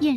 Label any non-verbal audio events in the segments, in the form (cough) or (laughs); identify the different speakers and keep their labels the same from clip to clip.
Speaker 1: 燕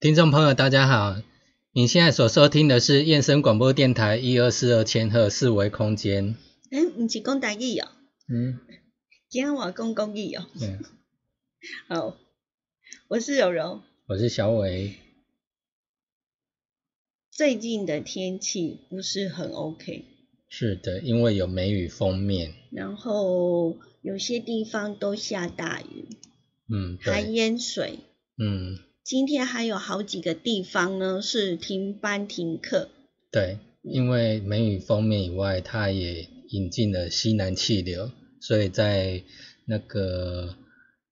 Speaker 2: 听众朋友，大家好！你现在所收听的是燕声广播电台一二四二千赫四维空间。
Speaker 3: 诶，毋是讲台语哦，
Speaker 2: 嗯，
Speaker 3: 今仔我讲国语哦。
Speaker 2: 嗯，
Speaker 3: 好，我是柔柔。
Speaker 2: 我是小伟。
Speaker 3: 最近的天气不是很 OK，
Speaker 2: 是的，因为有梅雨封面。
Speaker 3: 然后有些地方都下大雨，
Speaker 2: 嗯，
Speaker 3: 还
Speaker 2: 对，
Speaker 3: 淹水。
Speaker 2: 嗯，
Speaker 3: 今天还有好几个地方呢是停班停课。
Speaker 2: 对，因为梅雨封面以外，它也引进了西南气流，所以在那个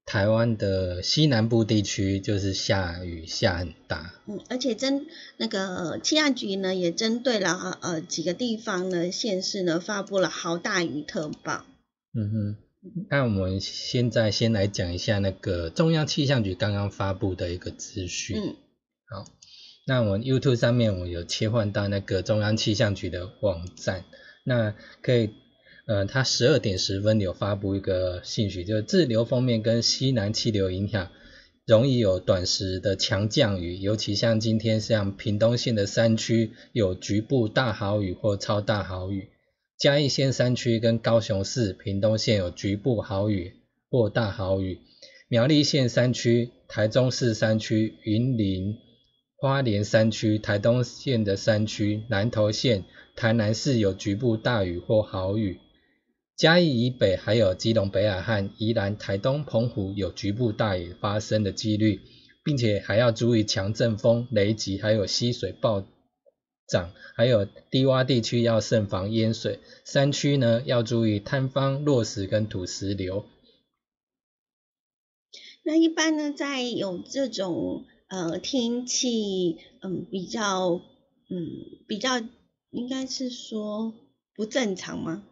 Speaker 2: 台湾的西南部地区，就是下雨下很大。
Speaker 3: 嗯，而且针那个气象局呢也针对了呃几个地方呢县市呢发布了豪大雨特报。
Speaker 2: 嗯哼，那我们现在先来讲一下那个中央气象局刚刚发布的一个资讯。
Speaker 3: 嗯，
Speaker 2: 那我们 YouTube 上面我有切换到那个中央气象局的网站，那可以，呃，它十二点十分有发布一个信息，就是滞留封面跟西南气流影响，容易有短时的强降雨，尤其像今天像屏东县的山区有局部大豪雨或超大豪雨，嘉义县山区跟高雄市、屏东县有局部豪雨或大豪雨，苗栗县山区、台中市山区、云林、花莲山区、台东县的山区、南投县、台南市有局部大雨或豪雨。嘉义以北还有基隆北海和宜兰、台东、澎湖有局部大雨发生的几率，并且还要注意强阵风、雷击，还有溪水暴涨，还有低洼地区要慎防淹水，山区呢要注意坍方、落石跟土石流。
Speaker 3: 那一般呢，在有这种呃天气，嗯，比较，嗯，比较应该是说不正常吗？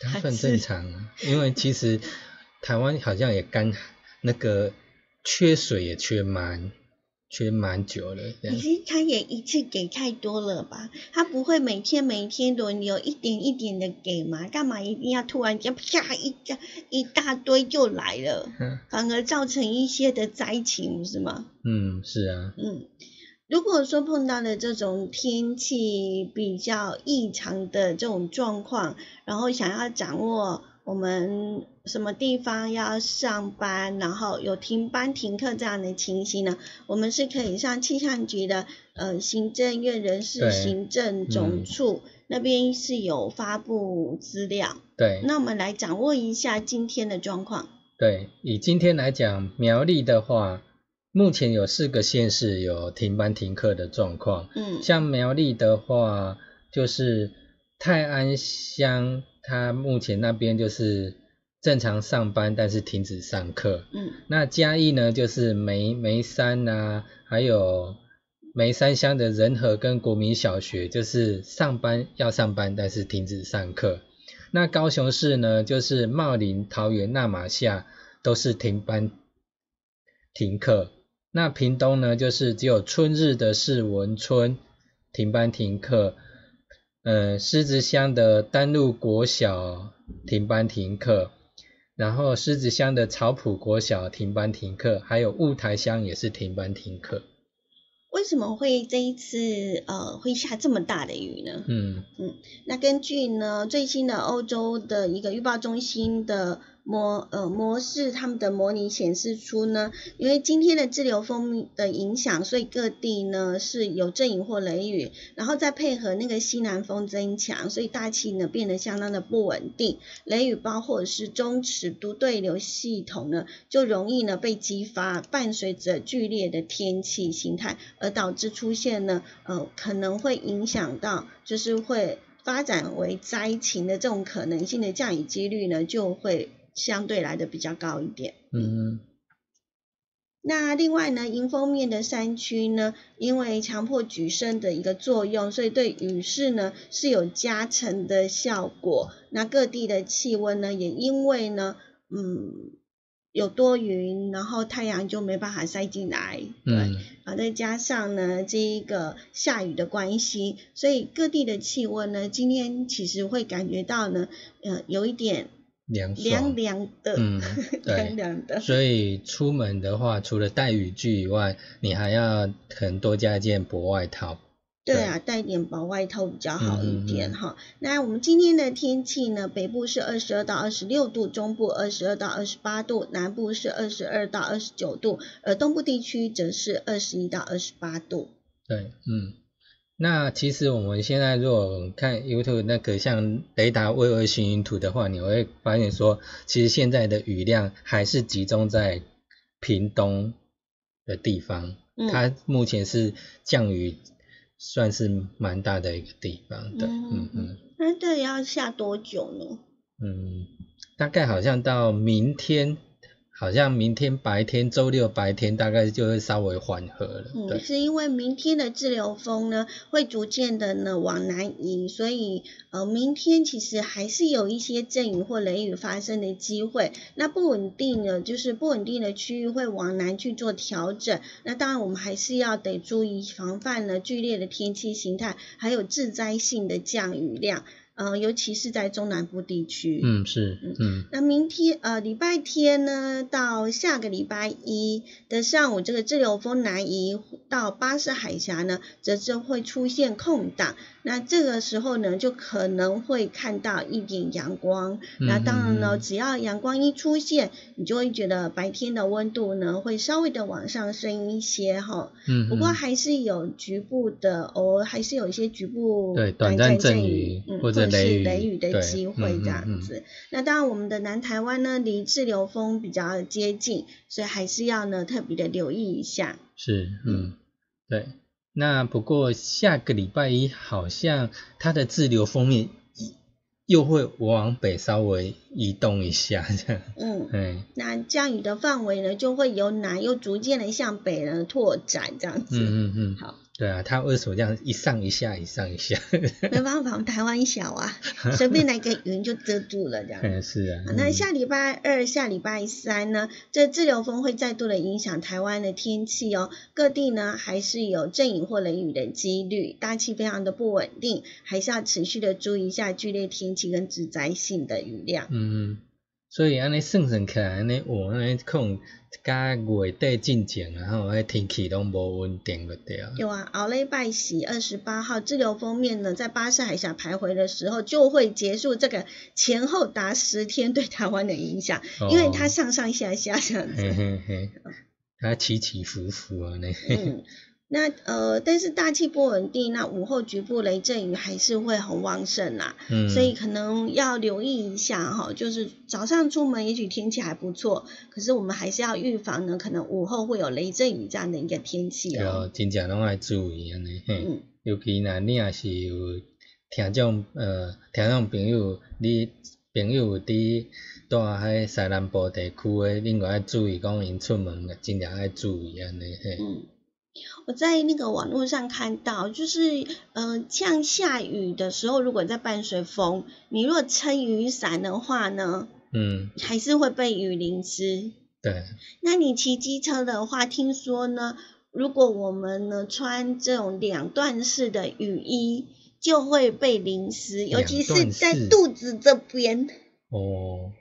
Speaker 2: 它
Speaker 3: 还
Speaker 2: 很
Speaker 3: 是
Speaker 2: 正常啊，因为其实台湾好像也干那个缺水也缺蛮缺蛮久了，这
Speaker 3: 可
Speaker 2: 样
Speaker 3: 是他也一次给太多了吧？他不会每天每天轮流一点一点的给嘛？干嘛一定要突然间啪一大一大堆就来了？
Speaker 2: 嗯
Speaker 3: 反而造成一些的灾情，不是吗？
Speaker 2: 嗯，是啊，
Speaker 3: 嗯，如果说碰到了这种天气比较异常的这种状况，然后想要掌握我们什么地方要上班，然后有停班停课这样的情形呢，我们是可以上气象局的呃行政院人事
Speaker 2: 对
Speaker 3: 行政
Speaker 2: 嗯
Speaker 3: 总处、那边是有发布资料，
Speaker 2: 对
Speaker 3: 那我们来掌握一下今天的状况。
Speaker 2: 对。以今天来讲，苗栗的话，目前有四个县市有停班停课的状况，
Speaker 3: 嗯
Speaker 2: 像苗栗的话，就是泰安乡，它目前那边就是正常上班，但是停止上课。
Speaker 3: 嗯
Speaker 2: 那嘉义呢，就是梅梅山啊，还有梅山乡的仁和跟国民小学，就是上班要上班，但是停止上课。那高雄市呢，就是茂林、桃园、那马夏都是停班停课。那屏东呢，就是只有春日的市文村停班停课，呃，狮子乡的丹路国小停班停课，然后狮子乡的草埔国小停班停课，还有雾台乡也是停班停课。
Speaker 3: 为什么会这一次呃会下这么大的雨呢？
Speaker 2: 嗯，
Speaker 3: 那根据呢最新的欧洲的一个预报中心的模呃模式，他们的模拟显示出呢，因为今天的滞留风的影响，所以各地呢是有阵雨或雷雨，然后再配合那个西南风增强，所以大气呢变得相当的不稳定，雷雨包或者是中尺度对流系统呢就容易呢被激发，伴随着剧烈的天气形态，而导致出现呢呃可能会影响到就是会发展为灾情的这种可能性的降雨几率呢，就会相对来的比较高一点。
Speaker 2: 嗯
Speaker 3: 那另外呢，迎风面的山区呢，因为强迫举升的一个作用，所以对雨势呢是有加成的效果。那各地的气温呢，也因为呢，嗯，有多云，然后太阳就没办法晒进来，对，
Speaker 2: 嗯
Speaker 3: 啊，再加上呢这一个下雨的关系，所以各地的气温呢，今天其实会感觉到呢，呃，有一点
Speaker 2: 凉
Speaker 3: 凉
Speaker 2: 爽。
Speaker 3: 凉的，
Speaker 2: 嗯对
Speaker 3: (laughs) 凉凉的， (laughs)
Speaker 2: 所以出门的话，除了带雨具以外，你还要可能多加一件薄外套。
Speaker 3: 对
Speaker 2: 对
Speaker 3: 啊，带点薄外套比较好一
Speaker 2: 嗯嗯
Speaker 3: 点
Speaker 2: 嗯
Speaker 3: 哈。那我们今天的天气呢，北部是二十二到二十六度，中部二十二到二十八度，南部是二十二到二十九度，而东部地区则是二十一到二十八度。
Speaker 2: 对，嗯，那其实我们现在如果看 YouTube 那个像雷达卫卫星云图的话，你会发现说，其实现在的雨量还是集中在屏东的地方，
Speaker 3: 嗯
Speaker 2: 它目前是降雨算是蛮大的一个地方的，嗯
Speaker 3: 嗯
Speaker 2: 嗯
Speaker 3: 那这里要下多久呢？
Speaker 2: 嗯，大概好像到明天。好像明天白天，周六白天大概就会稍微缓和了，
Speaker 3: 嗯，
Speaker 2: 对，
Speaker 3: 是因为明天的滞留风呢会逐渐的呢往南移，所以呃明天其实还是有一些阵雨或雷雨发生的机会。那不稳定的就是不稳定的区域会往南去做调整。那当然我们还是要得注意防范呢剧烈的天气形态，还有致灾性的降雨量，呃尤其是在中南部地区。
Speaker 2: 嗯是，嗯
Speaker 3: 那明天呃礼拜天呢，到下个礼拜一的上午，这个滞留风南移到巴士海峡呢，则是会出现空档。那这个时候呢，就可能会看到一点阳光。那当然
Speaker 2: 嗯嗯
Speaker 3: 呢，
Speaker 2: 嗯
Speaker 3: 只要阳光一出现，你就会觉得白天的温度呢会稍微的往上升一些哈。
Speaker 2: 嗯，
Speaker 3: 不过
Speaker 2: 嗯
Speaker 3: 还是有局部的，偶尔还是有一些局部
Speaker 2: 对短暂
Speaker 3: 暂
Speaker 2: 阵雨
Speaker 3: 雨，嗯，
Speaker 2: 或
Speaker 3: 或
Speaker 2: 者
Speaker 3: 是
Speaker 2: 雷雨
Speaker 3: 雷雨的
Speaker 2: 对
Speaker 3: 机
Speaker 2: 嗯
Speaker 3: 会
Speaker 2: 嗯
Speaker 3: 这样
Speaker 2: 嗯
Speaker 3: 子。那当然，我们的南台湾呢，离滞留风比较接近，所以还是要呢特别的留意一下。
Speaker 2: 是，嗯
Speaker 3: 嗯，
Speaker 2: 对。那不过下个礼拜一好像它的滞留封面又会往北稍微移动一下，这样，
Speaker 3: 嗯，
Speaker 2: 哎，
Speaker 3: 那降雨的范围呢，就会由南又逐渐的向北呢拓展这样
Speaker 2: 嗯
Speaker 3: 子。
Speaker 2: 嗯嗯，
Speaker 3: 好，
Speaker 2: 对啊，它为什么这样一上一下一上一下？ (laughs) 嗯
Speaker 3: 没办法，我们台湾小啊，随便来个云就遮住了这样子。
Speaker 2: 嗯，是啊
Speaker 3: 好，那
Speaker 2: 嗯
Speaker 3: 下礼拜二、下礼拜三呢，这滞留风会再度的影响台湾的天气哦。各地呢还是有阵雨或雷雨的几率，大气非常的不稳定，还是要持续的注意一下剧烈天气跟致灾性的雨量。
Speaker 2: 嗯，所以安尼算算起来，安尼有安尼空，甲月底进前，然后迄天气拢无稳定个对啊。
Speaker 3: 有啊，鳌类拜喜二十八号滞留封面呢，在巴士海峡徘徊的时候，就会结束这个前后达十天对台湾的影响，因为它
Speaker 2: 哦
Speaker 3: 上上下下这样
Speaker 2: 嘿
Speaker 3: 子。
Speaker 2: 嘿嘿，它起起伏伏啊，那。
Speaker 3: 嗯，那呃，但是大气不稳定，那午后局部雷阵雨还是会很旺盛啦，
Speaker 2: (laughs) 嗯，
Speaker 3: 所以可能要留意一下哈、就是早上出门也许天气还不错，可是我们还是要预防呢，可能午后会有雷阵雨这样的一个天气
Speaker 2: 对
Speaker 3: 哦。
Speaker 2: 真正拢爱注意安尼嘿。
Speaker 3: 嗯，
Speaker 2: 尤其若你也是有听众呃听众朋友，你朋友有伫住迄西南部地区诶，恁个爱注意讲因出门尽量爱注意安尼嘿。
Speaker 3: 嗯，我在那个网络上看到，就是呃，像下雨的时候，如果在伴随风，你如果撑雨伞的话呢，
Speaker 2: 嗯，
Speaker 3: 还是会被雨淋湿。
Speaker 2: 对，
Speaker 3: 那你骑机车的话，听说呢，如果我们呢穿这种两段式的雨衣，就会被淋湿，尤其
Speaker 2: 两
Speaker 3: 是
Speaker 2: 段式
Speaker 3: 在肚子这边。
Speaker 2: 哦，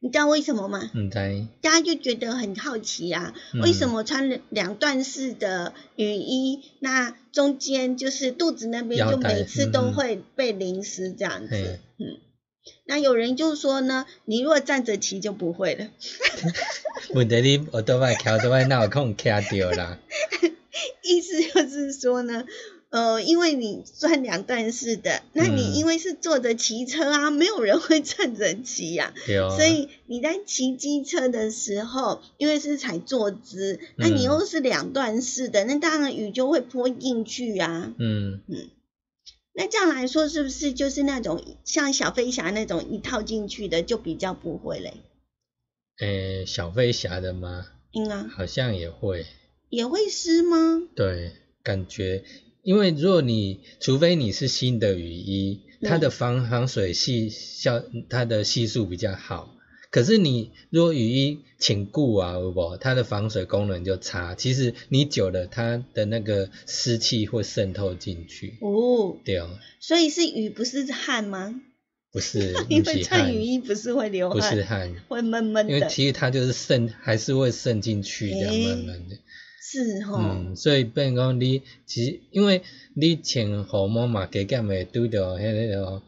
Speaker 3: 你知道为什么吗？
Speaker 2: 毋知。
Speaker 3: 大家就觉得很好奇啊，为什
Speaker 2: 嗯
Speaker 3: 么穿了两段式的雨衣，那中间就是肚子那边
Speaker 2: 腰
Speaker 3: 就
Speaker 2: 带
Speaker 3: 每次都
Speaker 2: 嗯嗯
Speaker 3: 会被淋湿这样子
Speaker 2: 嘿？
Speaker 3: 嗯，那有人就说呢，你如果站着骑就不会了。
Speaker 2: 问题你学倒摆翘倒摆，哪有空徛着啦？
Speaker 3: 意思就是说呢，呃，因为你算两段式的，那你
Speaker 2: 嗯
Speaker 3: 因为是坐着骑车啊，没有人会站着骑呀、
Speaker 2: 对啊。
Speaker 3: 所以你在骑机车的时候，因为是踩坐姿，那
Speaker 2: 嗯
Speaker 3: 你又是两段式的，那当然雨就会泼进去啊。
Speaker 2: 嗯，
Speaker 3: 那这样来说，是不是就是那种像小飞侠那种一套进去的，就比较不会嘞？
Speaker 2: 诶、小飞侠的吗？
Speaker 3: 嗯啊，
Speaker 2: 好像也会。
Speaker 3: 也会湿吗？
Speaker 2: 对，感觉，因为如果你除非你是新的雨衣，
Speaker 3: 嗯
Speaker 2: 它的防防水系效它的系数比较好。可是你如果雨衣请固啊，有无？它的防水功能就差。其实你久了，它的那个湿气会渗透进去。
Speaker 3: 哦，
Speaker 2: 对哦，
Speaker 3: 所以是雨不是汗吗？
Speaker 2: 不
Speaker 3: (laughs)
Speaker 2: 是
Speaker 3: 因
Speaker 2: 不
Speaker 3: 为
Speaker 2: 是
Speaker 3: 穿
Speaker 2: 汗
Speaker 3: 雨，衣不是会流
Speaker 2: 不
Speaker 3: 汗，
Speaker 2: 是汗，
Speaker 3: 会闷闷
Speaker 2: 因为
Speaker 3: 的，
Speaker 2: 其实它就是渗，还是会渗进去这样
Speaker 3: 诶
Speaker 2: 慢慢的。
Speaker 3: 是哦吼、
Speaker 2: 嗯，所以变成讲你其实因为你穿雨帽嘛，加减会拄着迄个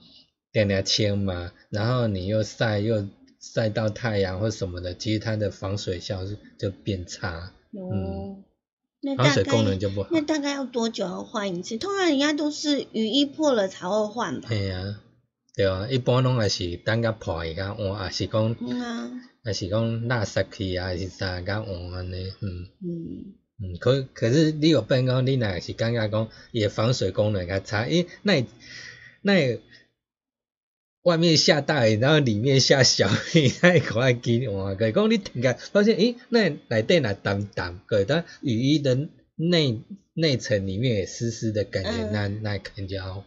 Speaker 2: 点点穿嘛，然后你又晒又晒到太阳或什么的，其实它的防水效是就变差，
Speaker 3: 哦、
Speaker 2: 嗯
Speaker 3: 那
Speaker 2: 防
Speaker 3: 大
Speaker 2: 水功能
Speaker 3: 概
Speaker 2: 就不好
Speaker 3: 那。大概要多久要换一次？通常人家都是雨衣破了才会换吧？
Speaker 2: 嘿啊，对啊，一般拢也是等甲破去甲换，也是讲
Speaker 3: 嗯啊，
Speaker 2: 也是讲垃圾去啊，还是啥甲换安尼，嗯。
Speaker 3: 嗯，
Speaker 2: 嗯，可可是你有变讲，你若是感觉讲伊的防水功能较差，因为那会那会外面下大雨，然后里面下小雨， (laughs) 那会可爱紧换个。讲你突然发现，诶，那内底若澹澹个，但雨衣的内内层里面也湿湿的感觉，
Speaker 3: 嗯
Speaker 2: 那那感觉好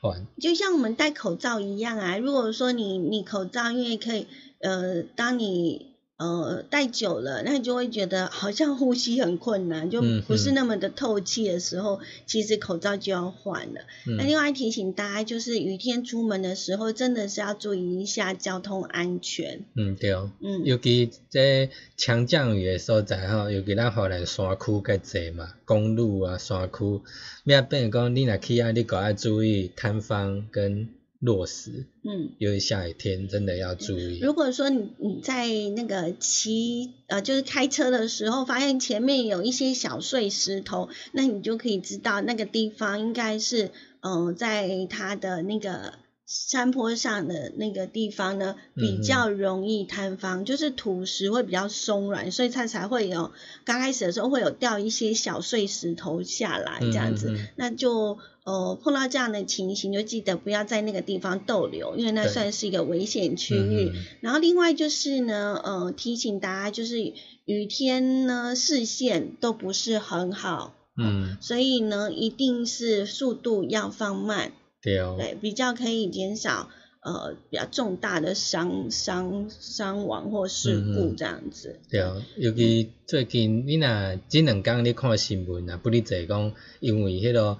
Speaker 2: 换。
Speaker 3: 就像我们戴口罩一样啊。如果说你你口罩因为可以，呃，当你呃戴久了，那你就会觉得好像呼吸很困难，就
Speaker 2: 嗯
Speaker 3: 不是
Speaker 2: 嗯
Speaker 3: 那么的透气的时候，其实口罩就要换了。那
Speaker 2: 嗯
Speaker 3: 另外提醒大家，就是雨天出门的时候，真的是要注意一下交通安全。
Speaker 2: 嗯，对哦。
Speaker 3: 嗯，
Speaker 2: 尤其这强降雨的所在吼，尤其咱华南山区较济嘛，公路啊、山区，要变成讲你若去啊，你个要注意摊方跟落石，
Speaker 3: 嗯，
Speaker 2: 尤其下雨天真的要注意。
Speaker 3: 如果说你你在那个骑呃就是开车的时候，发现前面有一些小碎石头，那你就可以知道那个地方应该是嗯、呃在它的那个。山坡上的那个地方呢，比
Speaker 2: 嗯嗯
Speaker 3: 较容易坍方，就是土石会比较松软，所以它才会有刚开始的时候会有掉一些小碎石头下来这样子。
Speaker 2: 嗯嗯嗯
Speaker 3: 那就呃碰到这样的情形，就记得不要在那个地方逗留，因为那
Speaker 2: 对
Speaker 3: 算是一个危险区域。
Speaker 2: 嗯
Speaker 3: 然后另外就是呢，呃，提醒大家就是雨天呢视线都不是很好，
Speaker 2: 嗯，嗯
Speaker 3: 所以呢一定是速度要放慢，
Speaker 2: 对哦，
Speaker 3: 对，比较可以减少呃比较重大的伤伤伤亡或事故
Speaker 2: 嗯嗯
Speaker 3: 这样子。
Speaker 2: 对哦，尤其最近你若即两天你看新闻啊，不哩侪讲因为迄个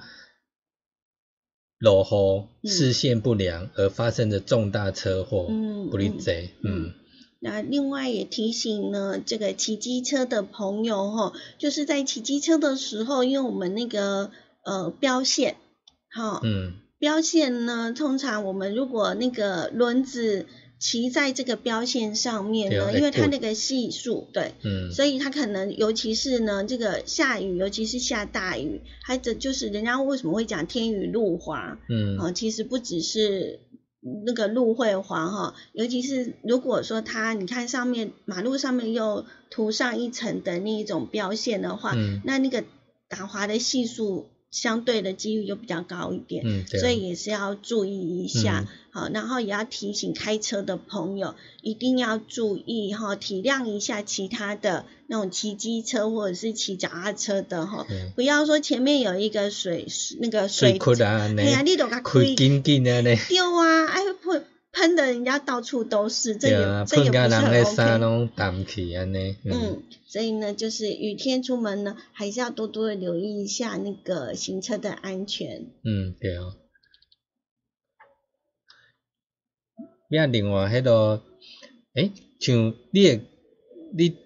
Speaker 2: 落
Speaker 3: 嗯
Speaker 2: 雨、视线不良而发生的重大车祸，
Speaker 3: 嗯
Speaker 2: 不哩
Speaker 3: 嗯
Speaker 2: 侪，
Speaker 3: 嗯
Speaker 2: 嗯
Speaker 3: 那另外也提醒呢，这个骑机车的朋友吼，就是在骑机车的时候，因为我们那个呃标线，哈、
Speaker 2: 嗯
Speaker 3: 标线呢，通常我们如果那个轮子骑在这个标线上面
Speaker 2: 对啊
Speaker 3: 呢，
Speaker 2: 会
Speaker 3: 因为它
Speaker 2: 过
Speaker 3: 那个系数对，
Speaker 2: 嗯，
Speaker 3: 所以它可能尤其是呢这个下雨，尤其是下大雨，还有就是人家为什么会讲天雨路滑，
Speaker 2: 嗯
Speaker 3: 哦，其实不只是那个路会滑哈，尤其是如果说它，你看上面马路上面又涂上一层的那一种标线的话，
Speaker 2: 嗯
Speaker 3: 那那个打滑的系数相对的几率就比较高一点。
Speaker 2: 嗯，对啊，
Speaker 3: 所以也是要注意一下
Speaker 2: 嗯，
Speaker 3: 好，然后也要提醒开车的朋友一定要注意哈，体谅一下其他的那种骑机车或者是骑脚踏车的哈，
Speaker 2: 嗯
Speaker 3: 不要说前面有一个水那
Speaker 2: (laughs)
Speaker 3: 个
Speaker 2: 水
Speaker 3: 水
Speaker 2: 窟啊，安尼
Speaker 3: 哎呀，你都甲
Speaker 2: 开紧紧的呢，
Speaker 3: 丢啊！哎，喷喷的人家到处都是，这
Speaker 2: 对
Speaker 3: 也、
Speaker 2: 啊，
Speaker 3: 这也
Speaker 2: 碰
Speaker 3: 不
Speaker 2: 到
Speaker 3: 是
Speaker 2: 人
Speaker 3: 很
Speaker 2: 的衫
Speaker 3: OK。
Speaker 2: 拢澹去安尼，嗯
Speaker 3: 嗯，所以呢，就是雨天出门呢，还是要多多的留意一下那个行车的安全。
Speaker 2: 嗯，对啊。呀，另外迄个，诶，像你会，你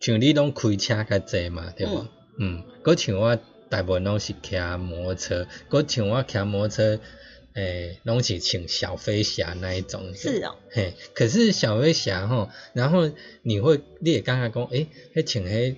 Speaker 2: 像你拢开车较济嘛，对无？嗯，佮像我大部分拢是骑摩托车，佮像我骑摩托车，诶，拢是穿小飞侠那一种。
Speaker 3: 是哦，
Speaker 2: 嘿，可是小飞侠吼，然后你会，你也刚刚讲，诶，迄穿迄，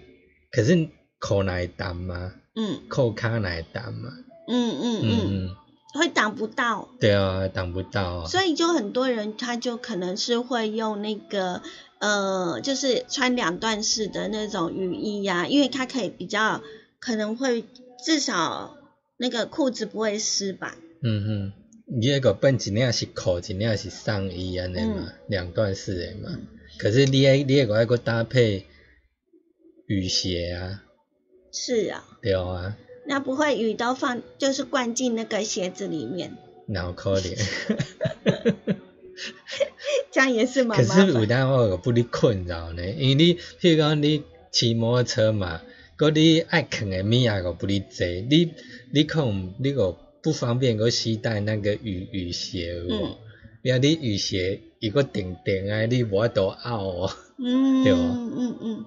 Speaker 2: 可是裤来淡嘛，
Speaker 3: 嗯
Speaker 2: 裤骹来淡嘛，
Speaker 3: 嗯嗯嗯，
Speaker 2: 啊嗯嗯，
Speaker 3: 会挡不到，
Speaker 2: 对啊，挡不到啊，
Speaker 3: 所以就很多人他就可能是会用那个。呃，就是穿两段式的那种雨衣呀、因为它可以比较，可能会至少那个裤子不会湿吧。
Speaker 2: 嗯嗯，你迄个本一领是裤，一领是上衣安尼
Speaker 3: 嗯
Speaker 2: 嘛，两段式的嘛，可是你迄你迄个还佫搭配雨鞋啊，
Speaker 3: 是啊，
Speaker 2: 对啊，
Speaker 3: 那不会雨都放，就是灌进那个鞋子里面， (laughs)
Speaker 2: 哪有可能？ (laughs)
Speaker 3: 这样也是蛮
Speaker 2: 可
Speaker 3: 麻
Speaker 2: 是有
Speaker 3: 烦。
Speaker 2: 当我有不哩困扰呢，因为你譬如讲你骑摩托车嘛，嗰你爱扛的物也个不哩多，你你恐你个不方便个携带那个雨雨鞋有无
Speaker 3: 嗯？
Speaker 2: 你看你雨鞋伊个定定啊，你无度拗哦。 (laughs)
Speaker 3: 嗯
Speaker 2: 对哦
Speaker 3: 嗯嗯。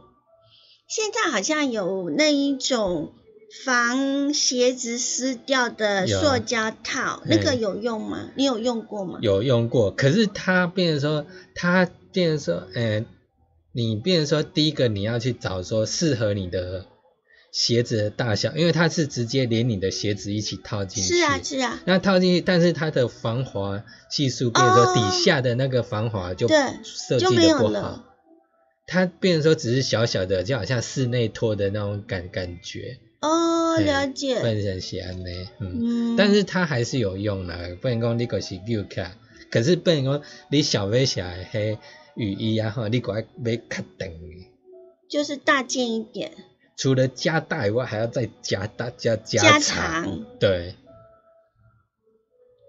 Speaker 3: 现在好像有那一种防鞋子湿掉的
Speaker 2: 有啊
Speaker 3: 塑胶套，那个
Speaker 2: 嗯
Speaker 3: 有用吗？你有用过吗？
Speaker 2: 有用过，可是它变成说，它变成说，嗯、你变成说，第一个你要去找说适合你的鞋子的大小，因为它是直接连你的鞋子一起套进去。
Speaker 3: 是啊是啊，
Speaker 2: 那套进去，但是它的防滑系数，变成说
Speaker 3: 哦
Speaker 2: 底下的那个防滑就
Speaker 3: 对
Speaker 2: 设
Speaker 3: 就
Speaker 2: 计
Speaker 3: 没
Speaker 2: 的
Speaker 3: 有
Speaker 2: 不好
Speaker 3: 了，
Speaker 2: 它变成说只是小小的，就好像室内拖的那种感感觉。
Speaker 3: 哦，
Speaker 2: 嘿
Speaker 3: 了解。
Speaker 2: 本身是安尼，嗯，
Speaker 3: 嗯，
Speaker 2: 但是它还是有用啦，不能讲你个是 U 卡，可是不能讲你小尾下的迄雨衣啊吼，你个要买较长的。
Speaker 3: 就是大件一点，
Speaker 2: 除了加大以外，还要再加大加
Speaker 3: 加
Speaker 2: 加
Speaker 3: 长
Speaker 2: 长，对，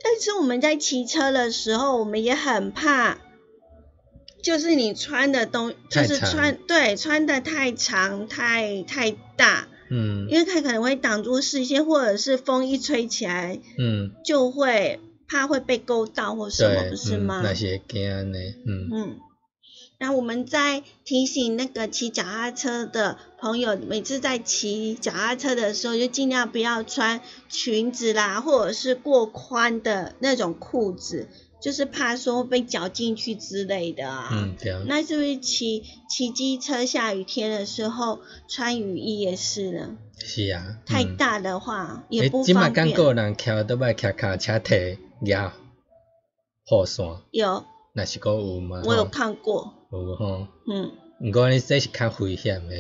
Speaker 3: 但是我们在骑车的时候，我们也很怕，就是你穿的东，就
Speaker 2: 太
Speaker 3: 是
Speaker 2: 长
Speaker 3: 穿对穿的太长太太大，
Speaker 2: 嗯
Speaker 3: 因为它可能会挡住视线，或者是风一吹起来
Speaker 2: 嗯，
Speaker 3: 就会怕会被勾到或什么，
Speaker 2: 对
Speaker 3: 不，是吗？
Speaker 2: 嗯，那些惊呢，嗯
Speaker 3: 嗯，那我们在提醒那个骑脚踏车的朋友，每次在骑脚踏车的时候，就尽量不要穿裙子啦，或者是过宽的那种裤子，就是怕说被绞进去之类的啊。
Speaker 2: 嗯，对啊，
Speaker 3: 那是不是骑骑机车下雨天的时候穿雨衣也是呢？
Speaker 2: 是啊，嗯
Speaker 3: 太。大的话、也
Speaker 2: 诶
Speaker 3: 不
Speaker 2: 即马
Speaker 3: 方
Speaker 2: 刚有
Speaker 3: 便。
Speaker 2: 人骑都要骑卡车提呀，雨伞，
Speaker 3: 有，
Speaker 2: 若是讲有嘛？
Speaker 3: 我
Speaker 2: 吼
Speaker 3: 有看过，
Speaker 2: 有吼，
Speaker 3: 嗯。
Speaker 2: 毋过你这是较危险的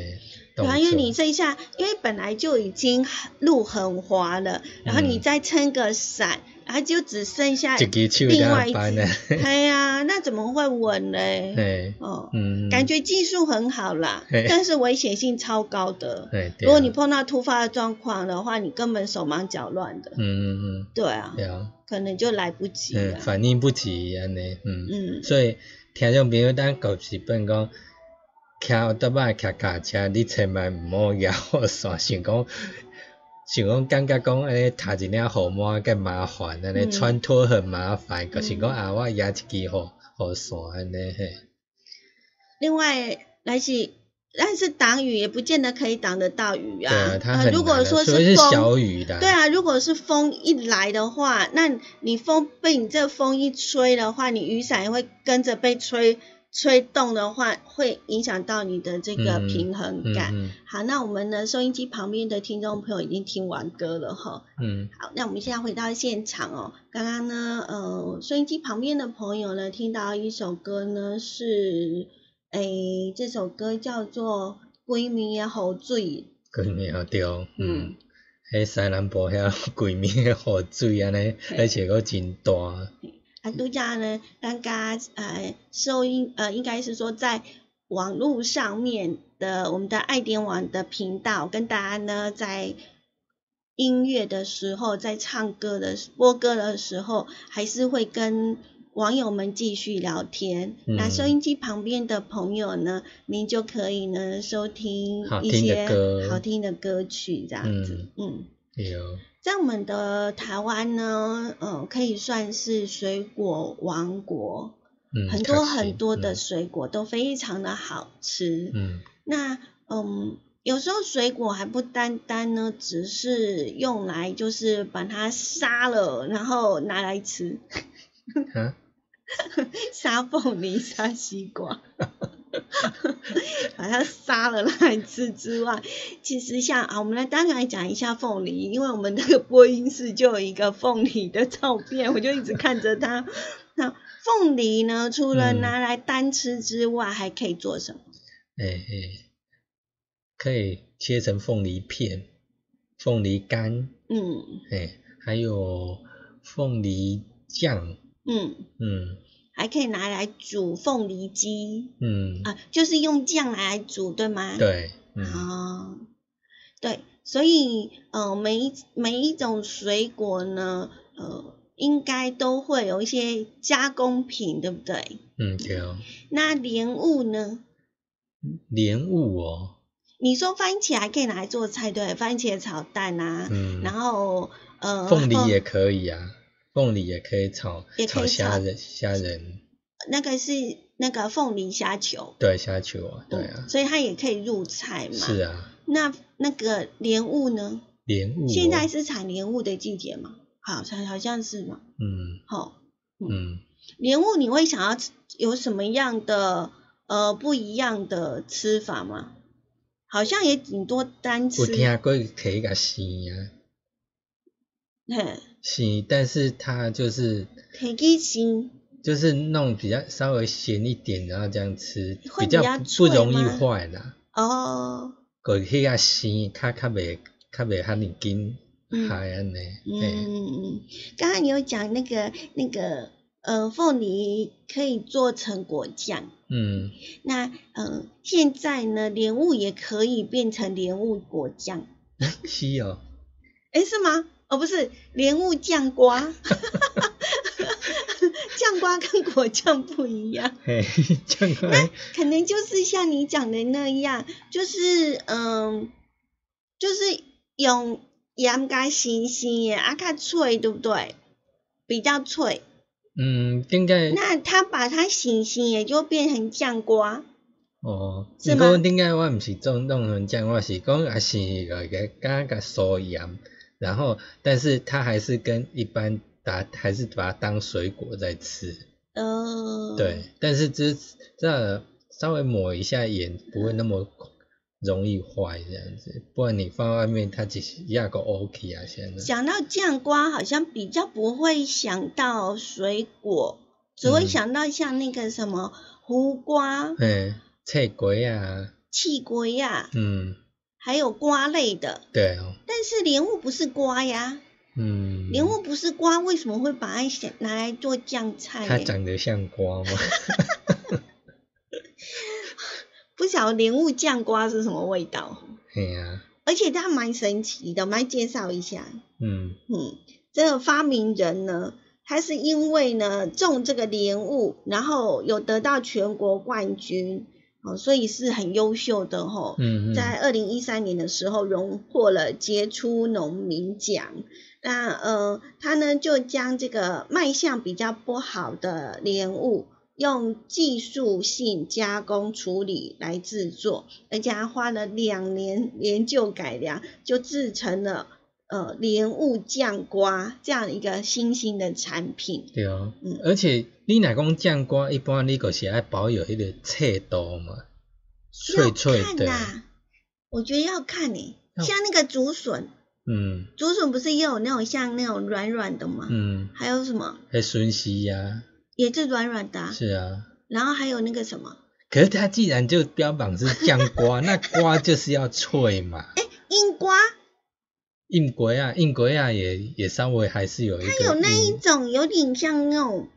Speaker 2: 动作。
Speaker 3: 对啊，因为你这一下，因为本来就已经路很滑了，然后你
Speaker 2: 嗯
Speaker 3: 再撑个伞，然后就只剩下
Speaker 2: 一只手
Speaker 3: 另外
Speaker 2: 两
Speaker 3: 一
Speaker 2: 班呢，
Speaker 3: 只， (laughs) 哎呀，那怎么会稳嘞？
Speaker 2: 啊 (laughs) 嘿，
Speaker 3: 哦，
Speaker 2: 嗯，
Speaker 3: 感觉技术很好啦，
Speaker 2: 嘿
Speaker 3: 但是危险性超高的。
Speaker 2: 嘿，对啊
Speaker 3: 如果你碰到突发的状况的话，你根本手忙脚乱的。
Speaker 2: 嗯嗯
Speaker 3: 对啊
Speaker 2: 嗯，，对啊，
Speaker 3: 可能就来不及
Speaker 2: 嗯，
Speaker 3: 了。
Speaker 2: 反应不及安尼，嗯，
Speaker 3: 嗯，
Speaker 2: 所以听众朋友，咱搞是变讲，骑奥特曼、骑卡车，你千万毋好摇雨伞，想讲。 (laughs) 想讲感觉讲安尼踏一领雨伞计麻烦，安尼
Speaker 3: 嗯
Speaker 2: 穿脱很麻烦，可是讲
Speaker 3: 嗯
Speaker 2: 啊，我压一支雨雨伞安尼嘿，
Speaker 3: 另外，来是但是挡雨也不见得可以挡得到雨啊。
Speaker 2: 对啊，它
Speaker 3: 呃
Speaker 2: 很
Speaker 3: 如果
Speaker 2: 难啊
Speaker 3: 说
Speaker 2: 除非是
Speaker 3: 风，
Speaker 2: 小雨的、
Speaker 3: 对，啊，如果是风一来的话，那你风被你这风一吹的话，你雨伞也会跟着被吹吹动的话，会影响到你的这个
Speaker 2: 嗯
Speaker 3: 平衡
Speaker 2: 嗯
Speaker 3: 感。
Speaker 2: 嗯
Speaker 3: 好，那我们呢，收音机旁边的听众朋友已经听完歌了哈。
Speaker 2: 嗯，
Speaker 3: 好，那我们现在回到现场哦。刚刚呢，呃，收音机旁边的朋友呢，听到一首歌呢是，诶，这首歌叫做《闺蜜也好醉》。
Speaker 2: 闺蜜好对，
Speaker 3: 嗯
Speaker 2: 嗯，迄西南部遐闺蜜的雨水安尼，而且佫真大，
Speaker 3: 啊，度假呢，刚刚呃收音呃，应该是说在网络上面的我们的爱点网的频道，跟大家呢在音乐的时候，在唱歌的时播歌的时候，还是会跟网友们继续聊天。那收
Speaker 2: 嗯
Speaker 3: 音机旁边的朋友呢，您就可以呢收听
Speaker 2: 好
Speaker 3: 一
Speaker 2: 听的
Speaker 3: 些
Speaker 2: 歌
Speaker 3: 好听的歌曲，这样子，嗯
Speaker 2: 对，
Speaker 3: 在我们的台湾呢，呃，可以算是水果王国，
Speaker 2: 嗯，
Speaker 3: 很
Speaker 2: 确
Speaker 3: 多
Speaker 2: 实
Speaker 3: 很多的，水果都非常的好吃。
Speaker 2: 嗯
Speaker 3: 那嗯，有时候水果还不单单呢，只是用来就是把它杀了，然后拿来吃，
Speaker 2: 嗯，哈，
Speaker 3: 杀凤梨、杀西瓜， (laughs) 把它杀了拿来吃之外，其实像啊，我们来单来讲一下凤梨，因为我们那个播音室就有一个凤梨的照片，我就一直看着它。 (laughs) 那凤梨呢，除了
Speaker 2: 嗯
Speaker 3: 拿来单吃之外，还可以做什么？
Speaker 2: 诶、诶、哎可以切成凤梨片、凤梨干，
Speaker 3: 嗯
Speaker 2: 诶、还有凤梨酱，
Speaker 3: 嗯，
Speaker 2: 嗯
Speaker 3: 还可以拿来煮凤梨鸡
Speaker 2: 嗯，
Speaker 3: 啊，就是用酱来煮，对吗？
Speaker 2: 对，嗯
Speaker 3: 哦，对，所以呃，每一每一种水果呢，呃，应该都会有一些加工品，对不对？
Speaker 2: 嗯对，
Speaker 3: 那莲雾呢？
Speaker 2: 莲雾哦，
Speaker 3: 你说番茄还可以拿来做菜，对，番茄炒蛋啊，
Speaker 2: 嗯，
Speaker 3: 然后呃，
Speaker 2: 凤梨
Speaker 3: 后
Speaker 2: 也可以啊，凤梨也可以炒
Speaker 3: 也可
Speaker 2: 炒
Speaker 3: 以
Speaker 2: 虾
Speaker 3: 炒
Speaker 2: 仁虾仁，
Speaker 3: 那个是那个凤梨虾球，
Speaker 2: 对虾球啊，对啊
Speaker 3: 嗯，所以它也可以入菜嘛。
Speaker 2: 是。啊，
Speaker 3: 那那个莲雾呢？
Speaker 2: 莲雾、哦、
Speaker 3: 现在是产莲雾的季节嘛？好，像好像是嘛。
Speaker 2: 嗯
Speaker 3: 好、
Speaker 2: 嗯
Speaker 3: 莲雾你会想要吃有什么样的呃不一样的吃法吗？好像也顶多单吃
Speaker 2: 有，听啊过可以个生啊，
Speaker 3: 嘿，
Speaker 2: 生，但是它就是
Speaker 3: 铁鸡心
Speaker 2: 就是弄比较稍微咸一点，然后这样吃，
Speaker 3: 会比
Speaker 2: 较
Speaker 3: 较
Speaker 2: 不
Speaker 3: 脆
Speaker 2: 不容易
Speaker 3: 吗
Speaker 2: 坏啦。
Speaker 3: 哦，
Speaker 2: 个迄个生，较较袂较袂遐尼紧，
Speaker 3: 嗯
Speaker 2: 害安尼，
Speaker 3: 嗯
Speaker 2: 嘿
Speaker 3: 嗯嗯，刚刚你有讲那个那个呃凤梨可以做成果酱，
Speaker 2: 嗯
Speaker 3: 那呃现在呢莲雾也可以变成莲雾果酱，
Speaker 2: 是哦，
Speaker 3: 诶，是吗？哦，不是，莲雾酱瓜， (laughs) 酱瓜跟果酱不一样。
Speaker 2: 嘿， (laughs) 这样来，
Speaker 3: 可能就是像你讲的那样，就是嗯，就是用盐加新鲜的，啊较脆，对不对？比较脆。
Speaker 2: 嗯，应该
Speaker 3: 那他把它新鲜的就变成酱瓜，
Speaker 2: 哦，
Speaker 3: 是
Speaker 2: 不
Speaker 3: 吗
Speaker 2: 过顶解我毋是总弄成这样，我是讲也是个个加个素盐，然后但是它还是跟一般打还是把它当水果在吃，
Speaker 3: 呃，
Speaker 2: 对，，但是只是这稍微抹一下盐，不会那么容易坏这样子，不然你放外面它只是压个 OK 啊，现在
Speaker 3: 想到酱瓜好像比较不会想到水果，只会
Speaker 2: 嗯
Speaker 3: 想到像那个什么胡瓜、
Speaker 2: 嗯，菜瓜啊，
Speaker 3: 气瓜呀，
Speaker 2: 嗯，
Speaker 3: 还有瓜类的。
Speaker 2: 对哦，
Speaker 3: 但是莲雾不是瓜呀，
Speaker 2: 嗯，
Speaker 3: 莲雾不是瓜，为什么会把它想拿来做酱菜
Speaker 2: 它
Speaker 3: 呢？
Speaker 2: 长得像瓜吗？ (laughs)
Speaker 3: 不晓得莲雾酱瓜是什么味道，
Speaker 2: 嘿啊呀、
Speaker 3: 而且它蛮神奇的，我们来介绍一下。
Speaker 2: 嗯
Speaker 3: 嗯，这个发明人呢，他是因为呢种这个莲雾，然后有得到全国冠军，哦，所以是很优秀的吼、
Speaker 2: 嗯嗯，
Speaker 3: 在二零一三年的时候，荣获了杰出农民奖。那呃，他呢就将这个卖相比较不好的莲雾，用技术性加工处理来制作，而且他花了两年研究改良，就制成了呃莲雾酱瓜这样一个新兴的产品。
Speaker 2: 对啊，
Speaker 3: 嗯
Speaker 2: 而且你若讲酱瓜，一般你就是爱保有迄个脆度嘛，脆脆
Speaker 3: 要看啊
Speaker 2: 的，
Speaker 3: 啦，我觉得要看你、
Speaker 2: 要
Speaker 3: 像那个竹笋，
Speaker 2: 嗯
Speaker 3: 竹笋不是也有那种像那种软软的吗？
Speaker 2: 嗯，
Speaker 3: 还有什么
Speaker 2: 还笋丝呀，
Speaker 3: 也是软软的、啊，
Speaker 2: 啊是啊。
Speaker 3: 然后还有那个什么
Speaker 2: 可是它既然就标榜是酱瓜， (laughs) 那瓜就是要脆嘛。
Speaker 3: 樱瓜，
Speaker 2: 印国啊，印国啊也也稍微还是有一个硬，
Speaker 3: 它有那一种有点像那种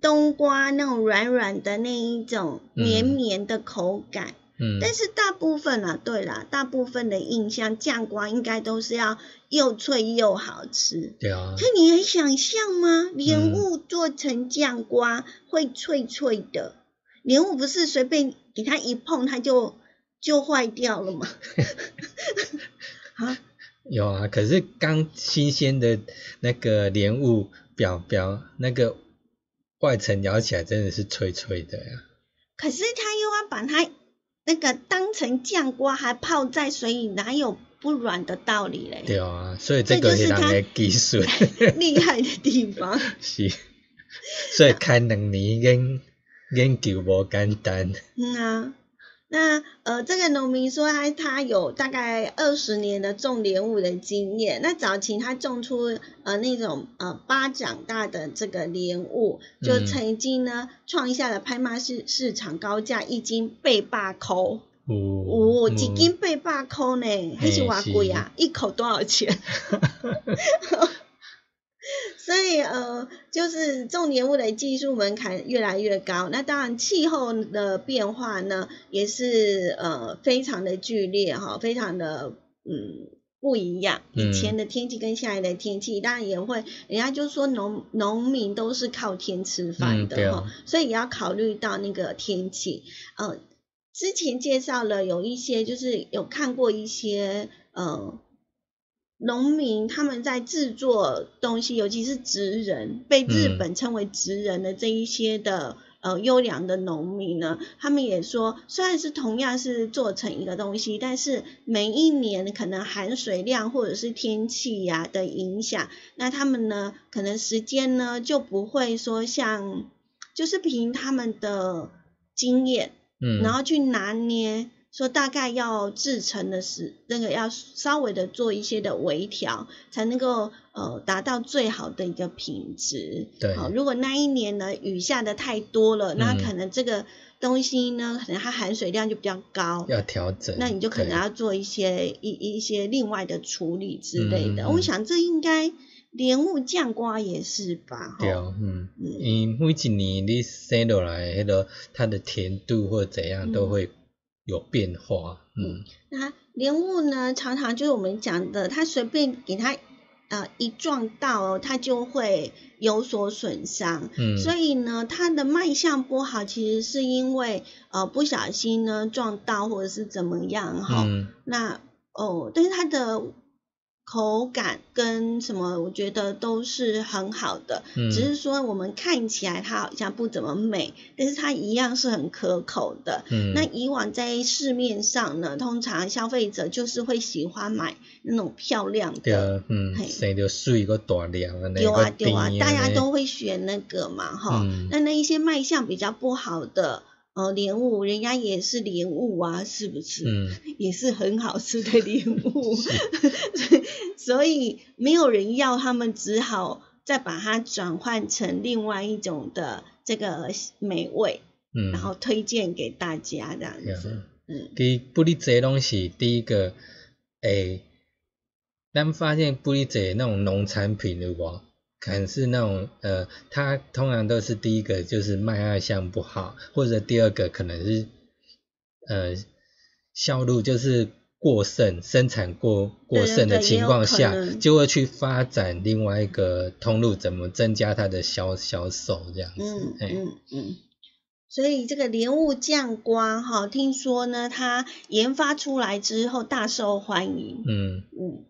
Speaker 3: 冬瓜那种软软的那一种
Speaker 2: 嗯
Speaker 3: 绵绵的口感，
Speaker 2: 嗯，
Speaker 3: 但是大部分啊，对啦，大部分的印象酱瓜应该都是要又脆又好吃。
Speaker 2: 对啊，
Speaker 3: 可你能想象吗？莲
Speaker 2: 嗯
Speaker 3: 雾做成酱瓜、会脆脆的，莲雾不是随便给它一碰它就就坏掉了吗？啊，
Speaker 2: 有啊。可是刚新鲜的那个莲雾表表那个外层咬起来真的是脆脆的呀、
Speaker 3: 可是他又要把它那个当成酱瓜，还泡在水里，哪有不软的道理嘞？
Speaker 2: 对啊，所以
Speaker 3: 这
Speaker 2: 这个
Speaker 3: 就是
Speaker 2: 是人
Speaker 3: 它
Speaker 2: 的技术，
Speaker 3: 厉害的地方，
Speaker 2: (laughs) 是，所以开两年研研究无简单，
Speaker 3: 嗯啊。那呃，这个农民说他他有大概二十年的种莲雾的经验。那早期他种出呃那种呃巴掌大的这个莲雾，就
Speaker 2: 嗯
Speaker 3: 曾经呢创下了拍卖市市场高价一斤贝八扣，
Speaker 2: 有
Speaker 3: 哦，
Speaker 2: 嗯
Speaker 3: 一斤贝八扣呢，还是
Speaker 2: 嘿
Speaker 3: 偌
Speaker 2: 是
Speaker 3: 贵啊？一口多少钱？所以呃，就是种莲雾的技术门槛越来越高。那当然，气候的变化呢，也是呃非常的剧烈哈，非常的嗯不一样。以
Speaker 2: 嗯
Speaker 3: 前的天气跟现在的天气，当然也会，人家就说农农民都是靠天吃饭
Speaker 2: 嗯对
Speaker 3: 的
Speaker 2: 啊
Speaker 3: 哈、所以也要考虑到那个天气。呃，之前介绍了有一些，就是有看过一些呃农民他们在制作东西，尤其是职人，被日
Speaker 2: 嗯
Speaker 3: 本称为职人的这一些的。呃，优良的农民呢，他们也说，虽然是同样是做成一个东西，但是每一年可能含水量或者是天气呀、的影响，那他们呢，可能时间呢就不会说像，就是凭他们的经验，
Speaker 2: 嗯，
Speaker 3: 然后去拿捏，说大概要制成的时，那个要稍微的做一些的微调，才能够呃达到最好的一个品质。
Speaker 2: 对
Speaker 3: 好，如果那一年呢雨下的太多了，那
Speaker 2: 嗯
Speaker 3: 可能这个东西呢，可能它含水量就比较高。
Speaker 2: 要调整，
Speaker 3: 那你就可能
Speaker 2: 对
Speaker 3: 要做一些一一些另外的处理之类的，
Speaker 2: 嗯嗯
Speaker 3: 我
Speaker 2: 嗯
Speaker 3: 想这应该莲雾酱瓜也是吧？
Speaker 2: 对
Speaker 3: 吼，
Speaker 2: 啊，嗯，
Speaker 3: 嗯
Speaker 2: 因每一年你生落来的迄、个它的甜度或怎样都
Speaker 3: 嗯
Speaker 2: 会有变化，嗯
Speaker 3: 那莲雾呢，常常就是我们讲的，它随便给它呃一撞到哦，它就会有所损伤。
Speaker 2: 嗯，
Speaker 3: 所
Speaker 2: 以
Speaker 3: 以呢，它的卖相不好，其实是因为呃不小心呢撞到或者是怎么样哈。
Speaker 2: 嗯
Speaker 3: 那哦，但是它的口感跟什么，我觉得都是很好的，
Speaker 2: 嗯，
Speaker 3: 只是说我们看起来它好像不怎么美，但是它一样是很可口的。
Speaker 2: 嗯
Speaker 3: 那以往在市面上呢，通常消费者就是会喜欢买那种漂亮
Speaker 2: 对
Speaker 3: 的，
Speaker 2: 啊，嗯，
Speaker 3: 嘿
Speaker 2: 生着水个大粒安尼，
Speaker 3: 丢啊
Speaker 2: 还
Speaker 3: 丢啊
Speaker 2: 甜，
Speaker 3: 大
Speaker 2: 安
Speaker 3: 家
Speaker 2: 尼
Speaker 3: 都会选那个嘛，哈、
Speaker 2: 嗯
Speaker 3: 那那一些卖相比较不好的。呃，莲雾，人家也是莲雾啊，是不是？
Speaker 2: 嗯
Speaker 3: 也是很好吃
Speaker 2: (laughs)
Speaker 3: 的莲雾，所以 (laughs) 所以没有人要，他们只好再把它转换成另外一种的这个美味，
Speaker 2: 嗯，
Speaker 3: 然后推荐给大家这样
Speaker 2: 对啊
Speaker 3: 子。嗯，
Speaker 2: 其实不离这拢是第一个，诶、咱发现不离这那种农产品的无，可能是那种呃，它通常都是第一个就是卖二项不好，或者第二个可能是呃销路就是过剩，生产过过剩的
Speaker 3: 对对对也
Speaker 2: 情
Speaker 3: 有
Speaker 2: 况
Speaker 3: 可
Speaker 2: 下，
Speaker 3: 能
Speaker 2: 就会去发展另外一个通路，怎么增加它的销销售这样子，
Speaker 3: 嗯
Speaker 2: 嘿
Speaker 3: 嗯嗯，所以这个莲雾酱瓜哈，听说呢，它研发出来之后大受欢迎，
Speaker 2: 嗯
Speaker 3: 嗯，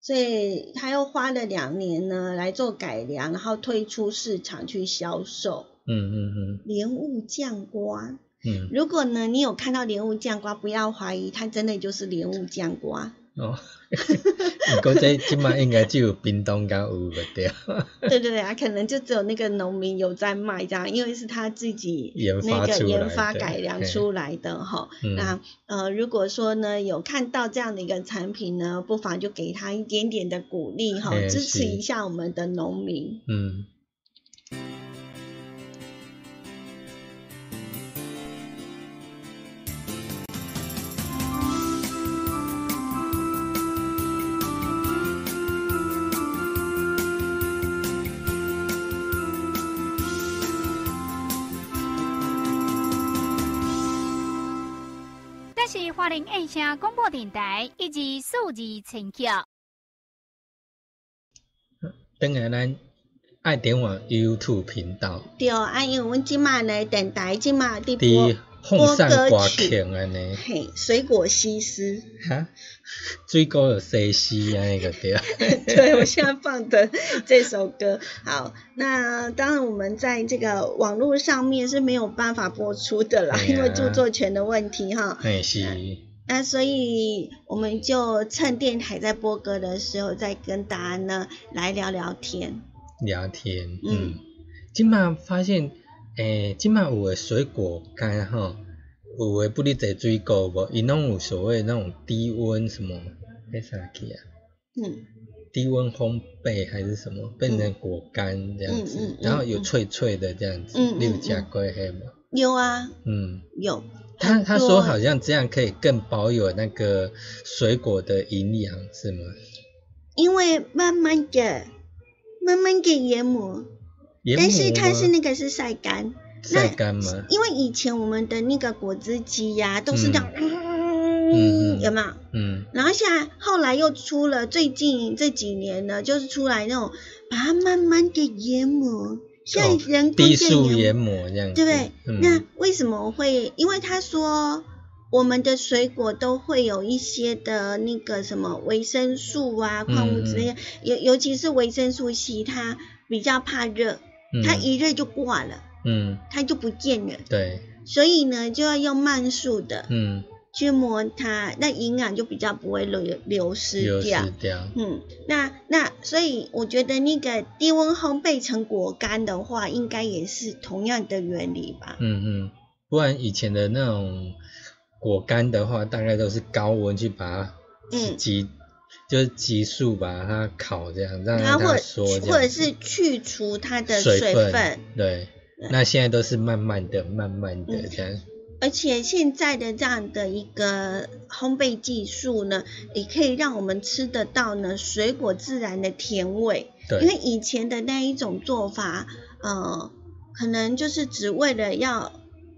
Speaker 3: 所以他又花了两年呢来做改良，然后推出市场去销售。
Speaker 2: 嗯嗯
Speaker 3: 莲雾酱瓜。
Speaker 2: 嗯
Speaker 3: 如果呢，你有看到莲雾酱瓜，不要怀疑，它真的就是莲雾酱瓜。
Speaker 2: 嗯，哦，不过这即摆应该只有冰冻甲有袂对，
Speaker 3: 对对对啊，可能就只有那个农民有在卖这样，因为是他自己
Speaker 2: 研
Speaker 3: 那
Speaker 2: 发
Speaker 3: 个
Speaker 2: 出
Speaker 3: 研
Speaker 2: 来
Speaker 3: 发
Speaker 2: 的
Speaker 3: 改良
Speaker 2: 嘿
Speaker 3: 出来的哈。
Speaker 2: 嗯
Speaker 3: 那呃，如果说呢有看到这样的一个产品呢，不妨就给他一点点的鼓励哈，
Speaker 2: 嘿
Speaker 3: 支持
Speaker 2: 哎是
Speaker 3: 一下我们的农民。
Speaker 2: 嗯
Speaker 1: 这是花莲印象广播电台以及数字陈桥。
Speaker 2: 等下咱爱点我 YouTube 频道，
Speaker 3: 对，啊，因为阮即马呢，电台即马伫播
Speaker 2: 伫放上歌
Speaker 3: 歌曲，
Speaker 2: 曲安尼，
Speaker 3: 嘿，水果西施， (laughs)
Speaker 2: 哈，水果有西施安尼个对， (laughs)
Speaker 3: 对我现在放的这首歌。好，那当然我们在这个网络上面是没有办法播出的啦，
Speaker 2: 对
Speaker 3: 因为
Speaker 2: 啊
Speaker 3: 著作权的问题哈。
Speaker 2: 嘿是，
Speaker 3: 那所以我们就趁电台在播歌的时候，再跟大家呢来聊聊天。
Speaker 2: 聊天，
Speaker 3: 嗯
Speaker 2: 嗯，即摆发现，诶、即摆有诶水果干吼，有诶不哩侪水果无，伊拢有所谓那种低温什么，迄啥去啊？
Speaker 3: 嗯，
Speaker 2: 低温烘焙还是什么，变成果干这样子，
Speaker 3: 嗯嗯嗯
Speaker 2: 然后有脆脆的这样子，
Speaker 3: 嗯嗯
Speaker 2: 你有加龟黑吗？
Speaker 3: 有啊，
Speaker 2: 嗯，
Speaker 3: 有。
Speaker 2: 他
Speaker 3: 很
Speaker 2: 他
Speaker 3: 多
Speaker 2: 说好像这样可以更保有那个水果的营养，是吗？
Speaker 3: 因为慢慢的、慢慢的研磨，
Speaker 2: 研
Speaker 3: 但是
Speaker 2: 磨
Speaker 3: 它
Speaker 2: 吗
Speaker 3: 是那个是晒干，
Speaker 2: 晒干吗？
Speaker 3: 因为以前我们的那个果汁机呀、都是这样，
Speaker 2: 嗯嗯
Speaker 3: 有没有？
Speaker 2: 嗯，
Speaker 3: 然后现在后来又出了，最近这几年呢，就是出来那种把它慢慢的研磨，现
Speaker 2: 哦
Speaker 3: 在人工
Speaker 2: 低
Speaker 3: 在
Speaker 2: 速
Speaker 3: 研
Speaker 2: 研
Speaker 3: 磨，
Speaker 2: 磨这样子，
Speaker 3: 对不对？
Speaker 2: 嗯
Speaker 3: 那为什么会？因为他说我们的水果都会有一些的那个什么维生素啊、
Speaker 2: 嗯
Speaker 3: 矿物质那些，尤、尤其是维生素 C，它比较怕热，它
Speaker 2: 嗯
Speaker 3: 一热就挂了，
Speaker 2: 嗯
Speaker 3: 它就不见了。
Speaker 2: 对
Speaker 3: 所以呢，就要用慢速的
Speaker 2: 嗯
Speaker 3: 去磨它，那营养就比较不会流流失
Speaker 2: 流失
Speaker 3: 掉。
Speaker 2: 掉，
Speaker 3: 嗯，那那所以我觉得那个低温烘焙成果干的话，应该也是同样的原理吧？
Speaker 2: 嗯嗯，不然以前的那种果干的话，大概都是高温去把它
Speaker 3: 嗯，
Speaker 2: 急就是急速把它烤这样，让
Speaker 3: 它或
Speaker 2: 它缩这样
Speaker 3: 或者是去除它的
Speaker 2: 水
Speaker 3: 水分，
Speaker 2: 对
Speaker 3: 对。嗯
Speaker 2: 那现在都是慢慢的、慢慢的这样，
Speaker 3: 而且现在的这样的一个烘焙技术呢，也可以让我们吃得到呢水果自然的甜味。因为
Speaker 2: 对，
Speaker 3: 以前的那一种做法，呃，可能就是只为了要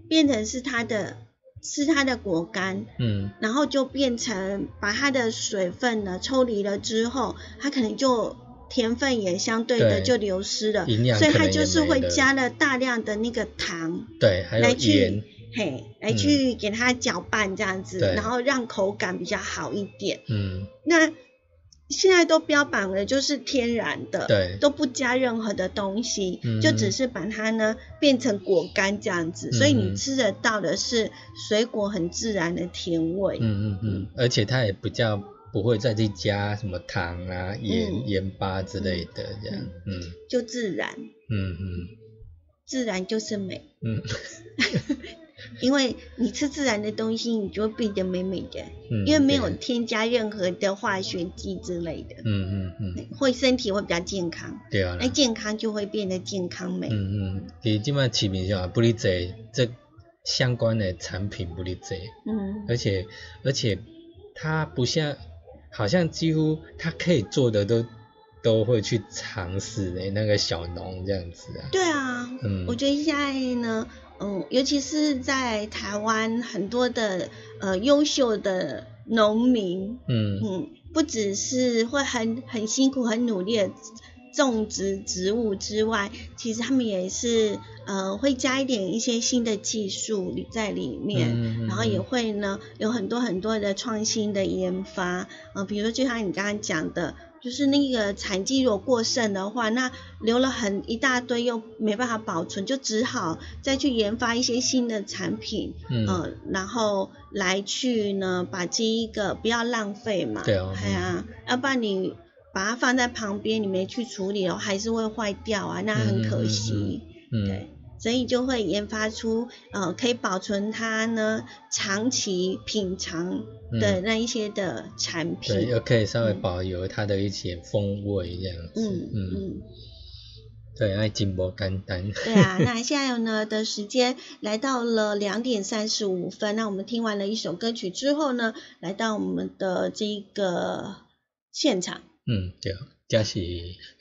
Speaker 3: 变成是它的吃它的果干，
Speaker 2: 嗯
Speaker 3: 然后就变成把它的水分呢抽离了之后，它可能就甜分也相对的
Speaker 2: 对
Speaker 3: 就流失了，
Speaker 2: 营养
Speaker 3: 呃所以
Speaker 2: 可
Speaker 3: 它
Speaker 2: 能也
Speaker 3: 就是
Speaker 2: 没
Speaker 3: 会
Speaker 2: 了
Speaker 3: 加了大量的那个糖，
Speaker 2: 对，还有
Speaker 3: 来去
Speaker 2: 盐，
Speaker 3: 嘿，来
Speaker 2: 嗯
Speaker 3: 去给它搅拌这样子，
Speaker 2: 对
Speaker 3: 然后让口感比较好一点。
Speaker 2: 嗯，
Speaker 3: 那现在都标榜了就是天然的，
Speaker 2: 对
Speaker 3: 都不加任何的东西，
Speaker 2: 嗯
Speaker 3: 就只是把它呢变成果干这样子，
Speaker 2: 嗯
Speaker 3: 所以你
Speaker 2: 嗯
Speaker 3: 吃得到的是水果很自然的甜味。
Speaker 2: 嗯嗯嗯，而且它也比较不会再去加什么糖啊、
Speaker 3: 嗯
Speaker 2: 盐、盐巴之类的这样，嗯
Speaker 3: 就自然，
Speaker 2: 嗯嗯
Speaker 3: 自然就是美，
Speaker 2: 嗯
Speaker 3: (laughs) 因为你吃自然的东西，你就会变得美美的，
Speaker 2: 嗯，
Speaker 3: 因为没有
Speaker 2: 对
Speaker 3: 添加任何的化学剂之类的，
Speaker 2: 嗯嗯嗯，
Speaker 3: 会身体会比较健康，
Speaker 2: 对啊啦
Speaker 3: 那，健康就会变得健康美。
Speaker 2: 嗯嗯，其实即摆市面上也不哩济，这相关的产品不哩济，
Speaker 3: 嗯
Speaker 2: 而且而且它不像，好像几乎它可以做的都都会去尝试诶，那个小农这样子啊，
Speaker 3: 对啊，
Speaker 2: 嗯
Speaker 3: 我觉得现在呢，嗯，尤其是在台湾很多的呃优秀的农民，
Speaker 2: 嗯
Speaker 3: 嗯，不只是会很很辛苦、很努力的种植植物之外，其实他们也是呃会加一点一些新的技术里在里面。
Speaker 2: 嗯嗯
Speaker 3: 然后也
Speaker 2: 嗯
Speaker 3: 会呢，有很多很多的创新的研发，呃，比如说就像你刚刚讲的，就是那个产季如果过剩的话，那留了很一大堆又没办法保存，就只好再去研发一些新的产品，
Speaker 2: 嗯，
Speaker 3: 呃，然后来去呢把这一个不要浪费嘛，
Speaker 2: 对啊
Speaker 3: 哎呀，要不然你把它放在旁边，你没去处理哦，还是会坏掉啊，那很可惜。
Speaker 2: 嗯嗯嗯嗯嗯
Speaker 3: 对，所以就会研发出呃可以保存它呢长期品尝的
Speaker 2: 嗯
Speaker 3: 那一些的产
Speaker 2: 对，
Speaker 3: 品。
Speaker 2: 又可以稍微
Speaker 3: 嗯
Speaker 2: 保留它的一些风味这样子，
Speaker 3: 嗯嗯，
Speaker 2: 对，爱金箔简单，
Speaker 3: 对啊， (laughs) 那现在呢的时间来到了两点三十五分，那我们听完了一首歌曲之后呢，来到我们的这个现场。
Speaker 2: 嗯，对，这是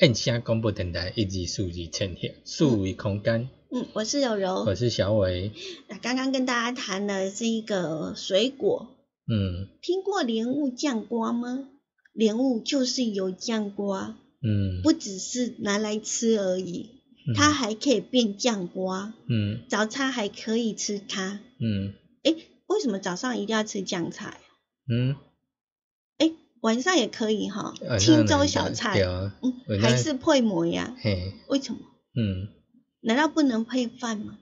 Speaker 2: 燕声广播电台一级数字千赫数位空间，
Speaker 3: 嗯，我是柔柔
Speaker 2: 我，是小伟，
Speaker 3: 那刚刚跟大家谈的是一个水果，
Speaker 2: 嗯
Speaker 3: 听过莲雾酱瓜吗？莲雾就是有酱瓜。
Speaker 2: 嗯，
Speaker 3: 不只是拿来吃而已，
Speaker 2: 嗯
Speaker 3: 它还可以变酱瓜，
Speaker 2: 嗯
Speaker 3: 早餐还可以吃它。
Speaker 2: 嗯
Speaker 3: 为什么早上一定要吃酱菜？
Speaker 2: 嗯，
Speaker 3: 晚上也可以哈
Speaker 2: 晚，上
Speaker 3: 清粥
Speaker 2: 呃人
Speaker 3: 小
Speaker 2: 家对
Speaker 3: 菜，
Speaker 2: 啊，
Speaker 3: 嗯
Speaker 2: 晚，上
Speaker 3: 还是配馍呀？
Speaker 2: 嘿，
Speaker 3: 为什么？
Speaker 2: 嗯
Speaker 3: 难道不能配饭吗？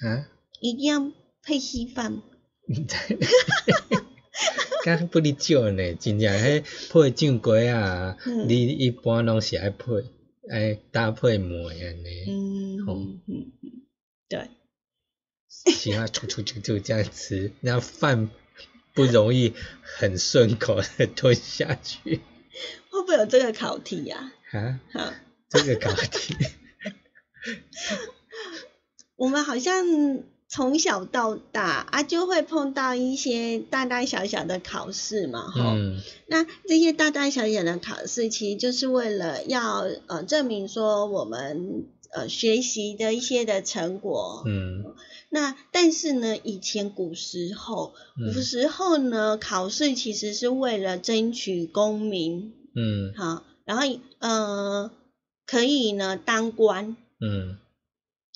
Speaker 2: 啊， (laughs)
Speaker 3: 一定要配稀饭吗？
Speaker 2: 你在。敢不哩少呢，真正迄配酱瓜啊，
Speaker 3: 嗯
Speaker 2: 你一般拢是爱配爱搭配糜安 (laughs) 尼，
Speaker 3: 嗯
Speaker 2: 好
Speaker 3: 嗯嗯，对，
Speaker 2: 喜欢突突突突这样吃，那饭不容易很顺口的吞下去
Speaker 3: 会不会有这个考题呀？
Speaker 2: 啊，
Speaker 3: 哈，
Speaker 2: 这个搞题，
Speaker 3: (laughs) 我们好像从小到大啊，就会碰到一些大大小小的考试嘛，哈。
Speaker 2: 嗯
Speaker 3: 那这些大大小小的考试，其实就是为了要呃证明说我们呃学习的一些的成果。
Speaker 2: 嗯
Speaker 3: 那但是呢，以前古时候，
Speaker 2: 嗯
Speaker 3: 古时候呢，考试其实是为了争取功名，
Speaker 2: 嗯
Speaker 3: 哈，然后呃可以呢当官，
Speaker 2: 嗯，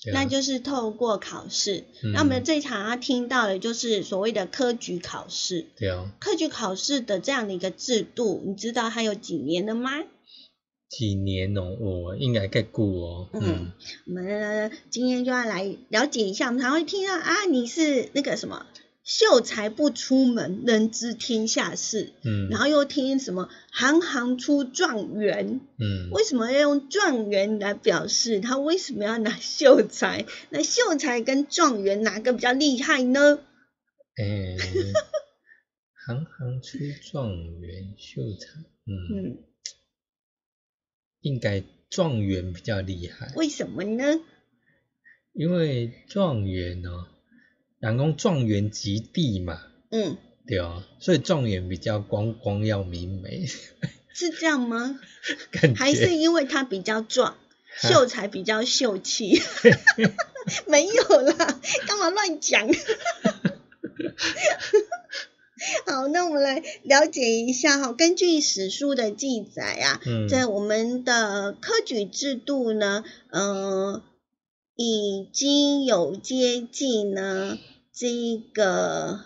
Speaker 2: 对啊
Speaker 3: 那就是透过考试。
Speaker 2: 嗯
Speaker 3: 那我们最常要听到的就是所谓的科举考试。
Speaker 2: 对哦，
Speaker 3: 科举考试的这样的一个制度，你知道它有几年了吗？
Speaker 2: 几年哦，我应该较久哦，
Speaker 3: 嗯
Speaker 2: 嗯
Speaker 3: 我们呃今天就要来了解一下，我们常会听到啊，你是那个什么秀才不出门，人知天下事，
Speaker 2: 嗯，
Speaker 3: 然后又听什么行行出状元，
Speaker 2: 嗯
Speaker 3: 为什么要用状元来表示？他为什么要拿秀才？那秀才跟状元哪个比较厉害呢？
Speaker 2: 诶，哎行行出状元，秀才，嗯，
Speaker 3: 嗯，
Speaker 2: 应该状元比较厉害，
Speaker 3: 为什么呢？
Speaker 2: 因为状元哦，人讲状元及第嘛，
Speaker 3: 嗯，
Speaker 2: 对哦，所以状元比较光光耀明
Speaker 3: (laughs)
Speaker 2: 媚，
Speaker 3: 是这样吗？
Speaker 2: (laughs) 感
Speaker 3: 还是
Speaker 2: 觉
Speaker 3: 因为他比较壮，秀才比较秀
Speaker 2: (laughs)
Speaker 3: 气？没有啦，干嘛乱讲？ (laughs) 好，那我们来了解一下哈。根据史书的记载啊，
Speaker 2: 嗯
Speaker 3: 在我们的科举制度呢，呃，已经有接近呢这个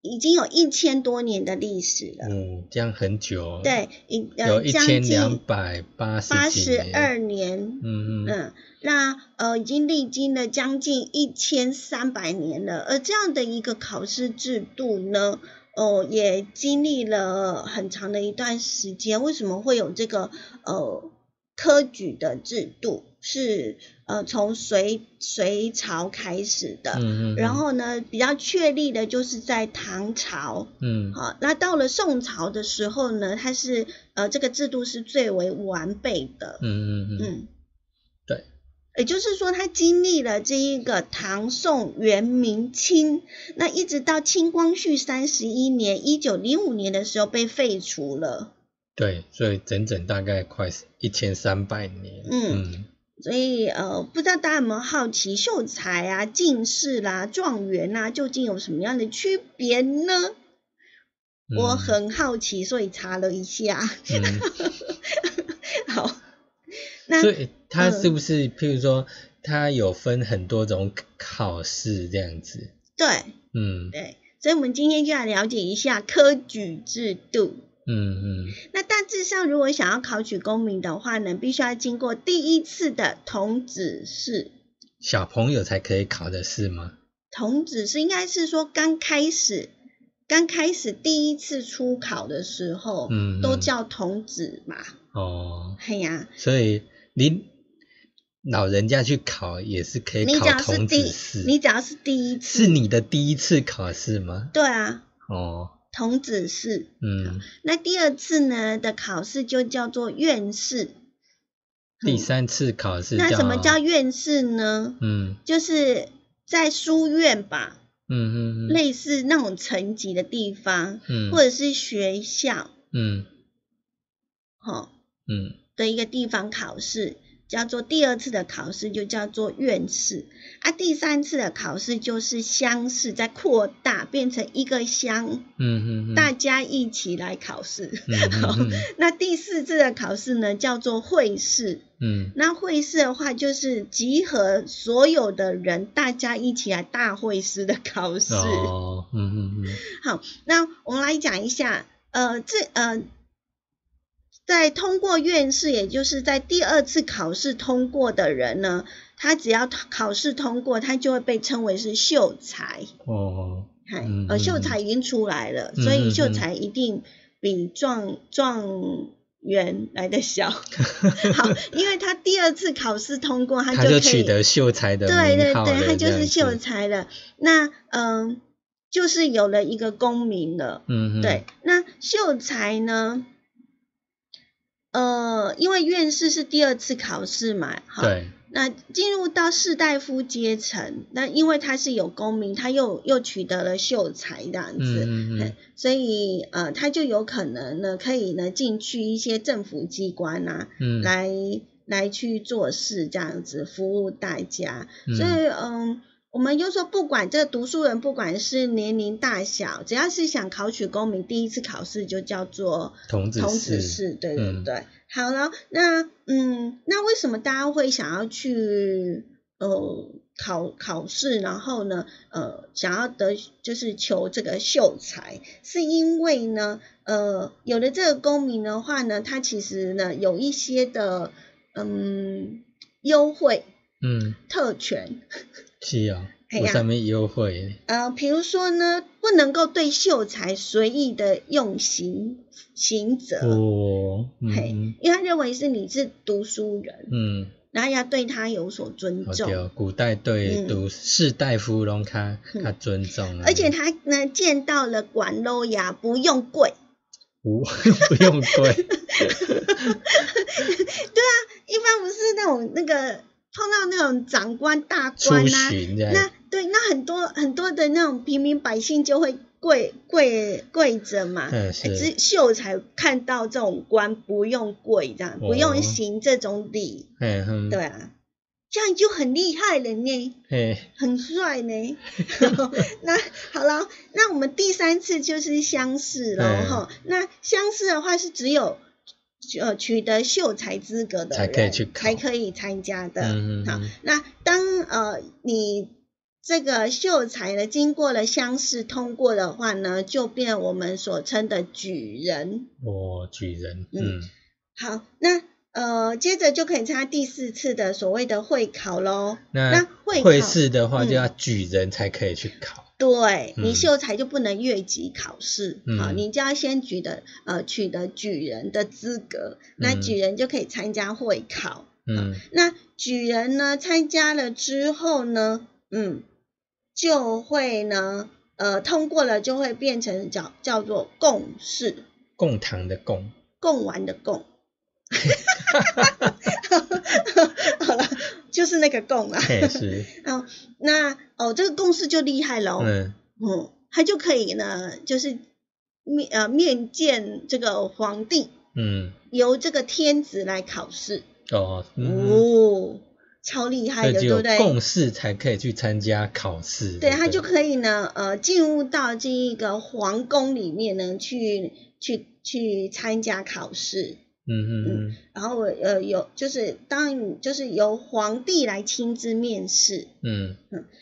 Speaker 3: 已经有一千多年的历史了。
Speaker 2: 嗯，这样很久哦，
Speaker 3: 对，一
Speaker 2: 有
Speaker 3: 呃
Speaker 2: 一
Speaker 3: 将
Speaker 2: 千两
Speaker 3: 近
Speaker 2: 百八十
Speaker 3: 八
Speaker 2: 几
Speaker 3: 十
Speaker 2: 年，
Speaker 3: 二年，
Speaker 2: 嗯嗯
Speaker 3: 嗯，那呃已经历经了将近一千三百年了，而这样的一个考试制度呢，哦、也经历了很长的一段时间。为什么会有这个呃科举的制度？是呃从隋隋朝开始的。
Speaker 2: 嗯嗯，
Speaker 3: 然后呢，比较确立的就是在唐朝，
Speaker 2: 嗯
Speaker 3: 好、那到了宋朝的时候呢，它是呃这个制度是最为完备的，
Speaker 2: 嗯嗯嗯，
Speaker 3: 嗯，
Speaker 2: 对，
Speaker 3: 也就是说，它经历了这一个唐、宋、元、明、清，那一直到清光绪三十一年（一九零五年）的时候被废除了。
Speaker 2: 对，所以整整大概快一千三百年，
Speaker 3: 嗯所以呃，不知道大家有没有好奇，秀才啊、进士啦、状元啊，究竟有什么样的区别呢？
Speaker 2: 嗯
Speaker 3: 我很好奇，所以查了一下。 (laughs)
Speaker 2: 嗯
Speaker 3: 好，那
Speaker 2: 所以它
Speaker 3: 嗯
Speaker 2: 是不是，譬如说，它有分很多种考试这样子？
Speaker 3: 对
Speaker 2: 嗯
Speaker 3: 对，所以我们今天就来了解一下科举制度。
Speaker 2: 嗯嗯
Speaker 3: 那大致上如果想要考取公民的话呢，必须要经过第一次的童子试。
Speaker 2: 小朋友才可以考的试吗？
Speaker 3: 童子是应该是说刚开始，刚开始第一次初考的时候，
Speaker 2: 嗯嗯
Speaker 3: 都叫童子嘛。
Speaker 2: 哦，
Speaker 3: 哎呀，
Speaker 2: 所以您老人家去考也是可以
Speaker 3: 你只
Speaker 2: 考
Speaker 3: 要是
Speaker 2: 童
Speaker 3: 第
Speaker 2: 子试，，
Speaker 3: 你只要是第一次，
Speaker 2: 是你的第一次考试吗？
Speaker 3: 对啊，
Speaker 2: 哦，
Speaker 3: 童子试。
Speaker 2: 嗯，
Speaker 3: 那第二次呢的考试就叫做院试。嗯
Speaker 2: 第三次考试
Speaker 3: 那什么叫院试呢？
Speaker 2: 嗯
Speaker 3: 就是在书院吧，
Speaker 2: 嗯嗯嗯
Speaker 3: 类似那种层级的地方，
Speaker 2: 嗯，
Speaker 3: 或者是学校，
Speaker 2: 嗯
Speaker 3: 哈
Speaker 2: 嗯
Speaker 3: 的一个地方考试，叫做第二次的考试就叫做院试啊，第三次的考试就是乡试，再扩大变成一个乡，
Speaker 2: 嗯嗯嗯，
Speaker 3: 大家一起来考试。 (laughs)
Speaker 2: 嗯嗯
Speaker 3: 那第四次的考试呢，叫做会试。 (laughs)
Speaker 2: 嗯
Speaker 3: 那会试的话，就是集合所有的人，大家一起来大会师的考试。
Speaker 2: 嗯哦，嗯嗯嗯
Speaker 3: 好，那我们来讲一下，呃，这呃，在通过院试，也就是在第二次考试通过的人呢，他只要考试通过，他就会被称为是秀才。
Speaker 2: 哦，
Speaker 3: 嗨
Speaker 2: 嗯
Speaker 3: 呃，
Speaker 2: 嗯
Speaker 3: 秀
Speaker 2: 嗯
Speaker 3: 才已经出来了，所以
Speaker 2: 嗯
Speaker 3: 秀
Speaker 2: 嗯
Speaker 3: 才一定比状状元来的
Speaker 2: (laughs)
Speaker 3: 小。 (laughs) 好，因为他第二次考试通过，他
Speaker 2: 他
Speaker 3: 就可以
Speaker 2: 取得秀才的
Speaker 3: 对对
Speaker 2: 名号了
Speaker 3: 对，他就
Speaker 2: 这样
Speaker 3: 是秀
Speaker 2: 子，
Speaker 3: 才了。那嗯、就是有了一个功名了。
Speaker 2: 嗯嗯
Speaker 3: 对，那秀才呢？呃，因为院士是第二次考试嘛，哈，
Speaker 2: 对，
Speaker 3: 那进入到士大夫阶层，那因为他是有功名，他又又取得了秀才这样
Speaker 2: 嗯
Speaker 3: 子，
Speaker 2: 嗯嗯
Speaker 3: 嘿所以呃，他就有可能呢，可以呢进去一些政府机关呐、
Speaker 2: 嗯，
Speaker 3: 来来去做事这样子，服务大家。
Speaker 2: 嗯
Speaker 3: 所以嗯，我们就说，不管这个读书人，不管是年龄大小，只要是想考取功名，第一次考试就叫做
Speaker 2: 童子
Speaker 3: 童子
Speaker 2: 试
Speaker 3: 试，对对
Speaker 2: 嗯
Speaker 3: 对。好了，那嗯，那为什么大家会想要去呃考考试，然后呢呃想要得就是求这个秀才，是因为呢呃有了这个功名的话呢，它其实呢有一些的嗯优惠
Speaker 2: 嗯，
Speaker 3: 特权，
Speaker 2: 是啊，
Speaker 3: 嘿
Speaker 2: 我
Speaker 3: 呀
Speaker 2: 上面优惠，
Speaker 3: 呃，比如说呢，不能够对秀才随意的用刑刑责，
Speaker 2: 哦，
Speaker 3: 嘿
Speaker 2: 嗯
Speaker 3: 因为他认为是你是读书人，
Speaker 2: 嗯，
Speaker 3: 然后要对他有所尊
Speaker 2: 好
Speaker 3: 重，
Speaker 2: 哦对，古代对
Speaker 3: 嗯
Speaker 2: 读士大夫拢较较尊重啊，
Speaker 3: 而且他呢见到了管楼牙不用跪，
Speaker 2: 不 (laughs) 不用
Speaker 3: (laughs) 啊
Speaker 2: 跪，
Speaker 3: 一般不是那种那个碰到那种长官大官啊
Speaker 2: 出哎巡这，样
Speaker 3: 那对那很多很多的那种平民百姓就会跪跪跪着嘛，
Speaker 2: 嗯
Speaker 3: 只
Speaker 2: 是，
Speaker 3: 秀才看到这种官不用跪这样，不用
Speaker 2: 哦
Speaker 3: 行这种礼，
Speaker 2: 嘿哼，
Speaker 3: 对啊，这样就很厉害了呢。
Speaker 2: 嘿，
Speaker 3: 很
Speaker 2: (laughs)
Speaker 3: 帅呢。那好了，那我们第三次就是乡试了
Speaker 2: 嗯
Speaker 3: 哈。那乡试的话是只有呃取得秀才资格的
Speaker 2: 才可以
Speaker 3: 人
Speaker 2: 去考
Speaker 3: 才可以参加的。
Speaker 2: 嗯嗯
Speaker 3: 好
Speaker 2: 嗯，
Speaker 3: 那当呃你这个秀才呢经过了乡试通过的话呢，就变我们所称的举人。
Speaker 2: 我举人，
Speaker 3: 嗯
Speaker 2: 嗯
Speaker 3: 好，那。呃，接着就可以参加第四次的所谓的会考喽。那
Speaker 2: 那
Speaker 3: 会
Speaker 2: 会
Speaker 3: 考
Speaker 2: 试的话
Speaker 3: 嗯
Speaker 2: 就要举人才可以去考，
Speaker 3: 对你
Speaker 2: 嗯
Speaker 3: 秀才就不能越级考试，
Speaker 2: 嗯
Speaker 3: 好，你就要先取得呃取得举人的资格，那
Speaker 2: 嗯
Speaker 3: 举人就可以参加会考。
Speaker 2: 嗯
Speaker 3: 那举人呢参加了之后呢，嗯，就会呢呃通过了就会变成叫叫做贡士，
Speaker 2: 贡堂的贡，
Speaker 3: 贡丸的
Speaker 2: (laughs)
Speaker 3: 贡。好了， (laughs) 就是那个贡啦。
Speaker 2: 嘿是，
Speaker 3: 哦，那哦，这个贡士就厉害喽。
Speaker 2: 嗯
Speaker 3: 嗯，他就可以呢，就是面呃面见这个皇帝，
Speaker 2: 嗯，
Speaker 3: 由这个天子来考试。
Speaker 2: 哦，嗯，
Speaker 3: 哦，超厉害
Speaker 2: 这只
Speaker 3: 的，对
Speaker 2: 有
Speaker 3: 不对？
Speaker 2: 共事才可以去参加考试，
Speaker 3: 对，
Speaker 2: 不
Speaker 3: 他就可以呢，呃，进入到这一个皇宫里面呢，去去去参加考试。
Speaker 2: 嗯嗯
Speaker 3: 然后我呃有就是当就是由皇帝来亲自面试，
Speaker 2: 嗯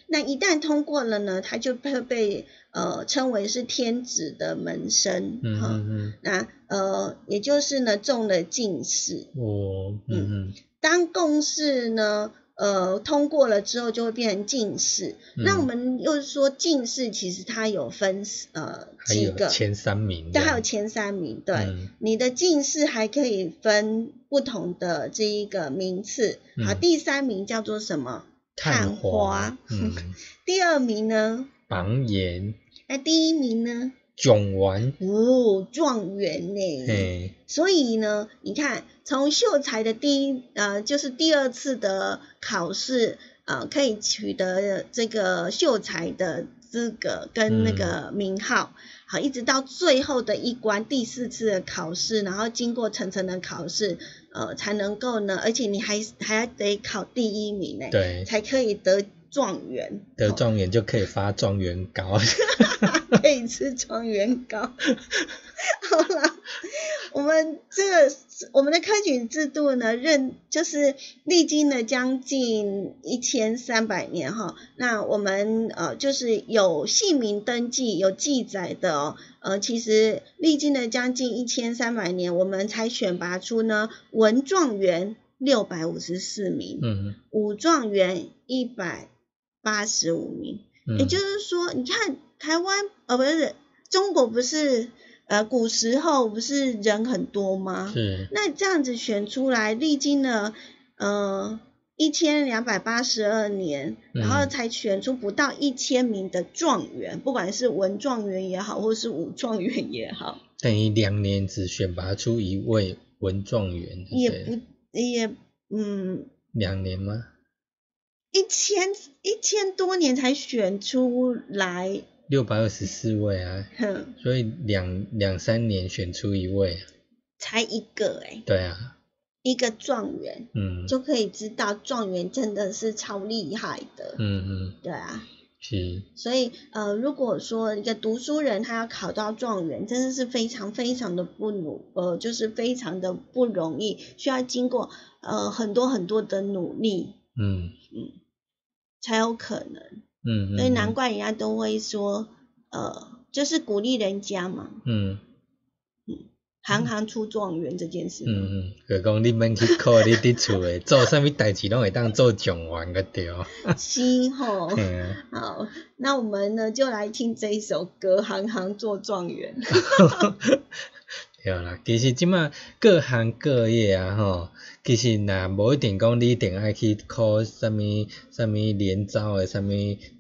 Speaker 3: 那一旦通过了呢，他就会被呃称为是天子的门生，
Speaker 2: 嗯
Speaker 3: 哈
Speaker 2: 嗯
Speaker 3: 那呃也就是呢中了进士。
Speaker 2: 嗯，我嗯嗯
Speaker 3: 当贡士呢呃通过了之后，就会变成进士。
Speaker 2: 嗯
Speaker 3: 那我们又说进士其实它有分呃
Speaker 2: 还
Speaker 3: 几
Speaker 2: 有
Speaker 3: 个，
Speaker 2: 前三名这
Speaker 3: 但
Speaker 2: 样，
Speaker 3: 还有前三名，对。
Speaker 2: 嗯
Speaker 3: 你的进士还可以分不同的这一个名次，好，
Speaker 2: 嗯
Speaker 3: 第三名叫做什么？
Speaker 2: 探
Speaker 3: 探
Speaker 2: 花
Speaker 3: 花，
Speaker 2: 嗯，
Speaker 3: 第二名呢？
Speaker 2: 榜眼
Speaker 3: 那第一名呢？
Speaker 2: 囧完，
Speaker 3: 哦，状元呢？
Speaker 2: 嘿，
Speaker 3: 所以呢，你看从秀才的第一呃，就是第二次的考试，呃，可以取得这个秀才的资格跟那
Speaker 2: 嗯
Speaker 3: 个名号，好，一直到最后的一关第四次的考试，然后经过层层的考试，呃，才能够呢，而且你还还得考第一名呢，
Speaker 2: 对，
Speaker 3: 才可以得状元，
Speaker 2: 得
Speaker 3: 哦
Speaker 2: 状元就可以发状元糕，
Speaker 3: (laughs) 可以吃状元糕。好了，我们这个我们的科举制度呢，认就是历经了将近一千三百年哈。那我们呃就是有姓名登记有记载的哦。呃，其实历经了将近一千三百年，我们才选拔出呢文状元六百五十四名，
Speaker 2: 嗯
Speaker 3: 武状元一百八十五名。
Speaker 2: 嗯，
Speaker 3: 也就是说，你看台湾呃不是中国不是呃古时候不是人很多吗？
Speaker 2: 是
Speaker 3: 那这样子选出来，历经了呃一千两百八十二年，然后
Speaker 2: 嗯
Speaker 3: 才选出不到一千名的状元，不管是文状元也好，或是武状元也好，
Speaker 2: 等于两年只选拔出一位文状元，
Speaker 3: 也
Speaker 2: 对
Speaker 3: 不也嗯
Speaker 2: 两年吗？
Speaker 3: 一千一千多年才选出来，
Speaker 2: 六百二十四位啊，
Speaker 3: 哼，
Speaker 2: 所以两两三年选出一位，啊
Speaker 3: 才一个哎、
Speaker 2: 对啊，
Speaker 3: 一个状元。
Speaker 2: 嗯
Speaker 3: 就可以知道状元真的是超厉害的，
Speaker 2: 嗯嗯
Speaker 3: 对啊，
Speaker 2: 是，
Speaker 3: 所以呃，如果说一个读书人他要考到状元，真的是非常非常的不努，呃，就是非常的不容易，需要经过呃很多很多的努力
Speaker 2: 嗯
Speaker 3: 才有可能，
Speaker 2: 嗯，
Speaker 3: 所以
Speaker 2: 嗯
Speaker 3: 难，怪人家都会说，呃，就是鼓励人家嘛，
Speaker 2: 嗯
Speaker 3: 行行出状元这件事，
Speaker 2: 嗯嗯，就讲你免去靠你伫厝诶， (laughs) 做啥物代志拢会当做状元个对，
Speaker 3: 是吼。
Speaker 2: (laughs) 嘿啊，
Speaker 3: 好，那我们呢就来听这一首歌《行行做状元》。
Speaker 2: (laughs) 对啦，其实即马各行各业啊吼，其实若无一定讲你一定爱去考啥物啥物连招诶，啥物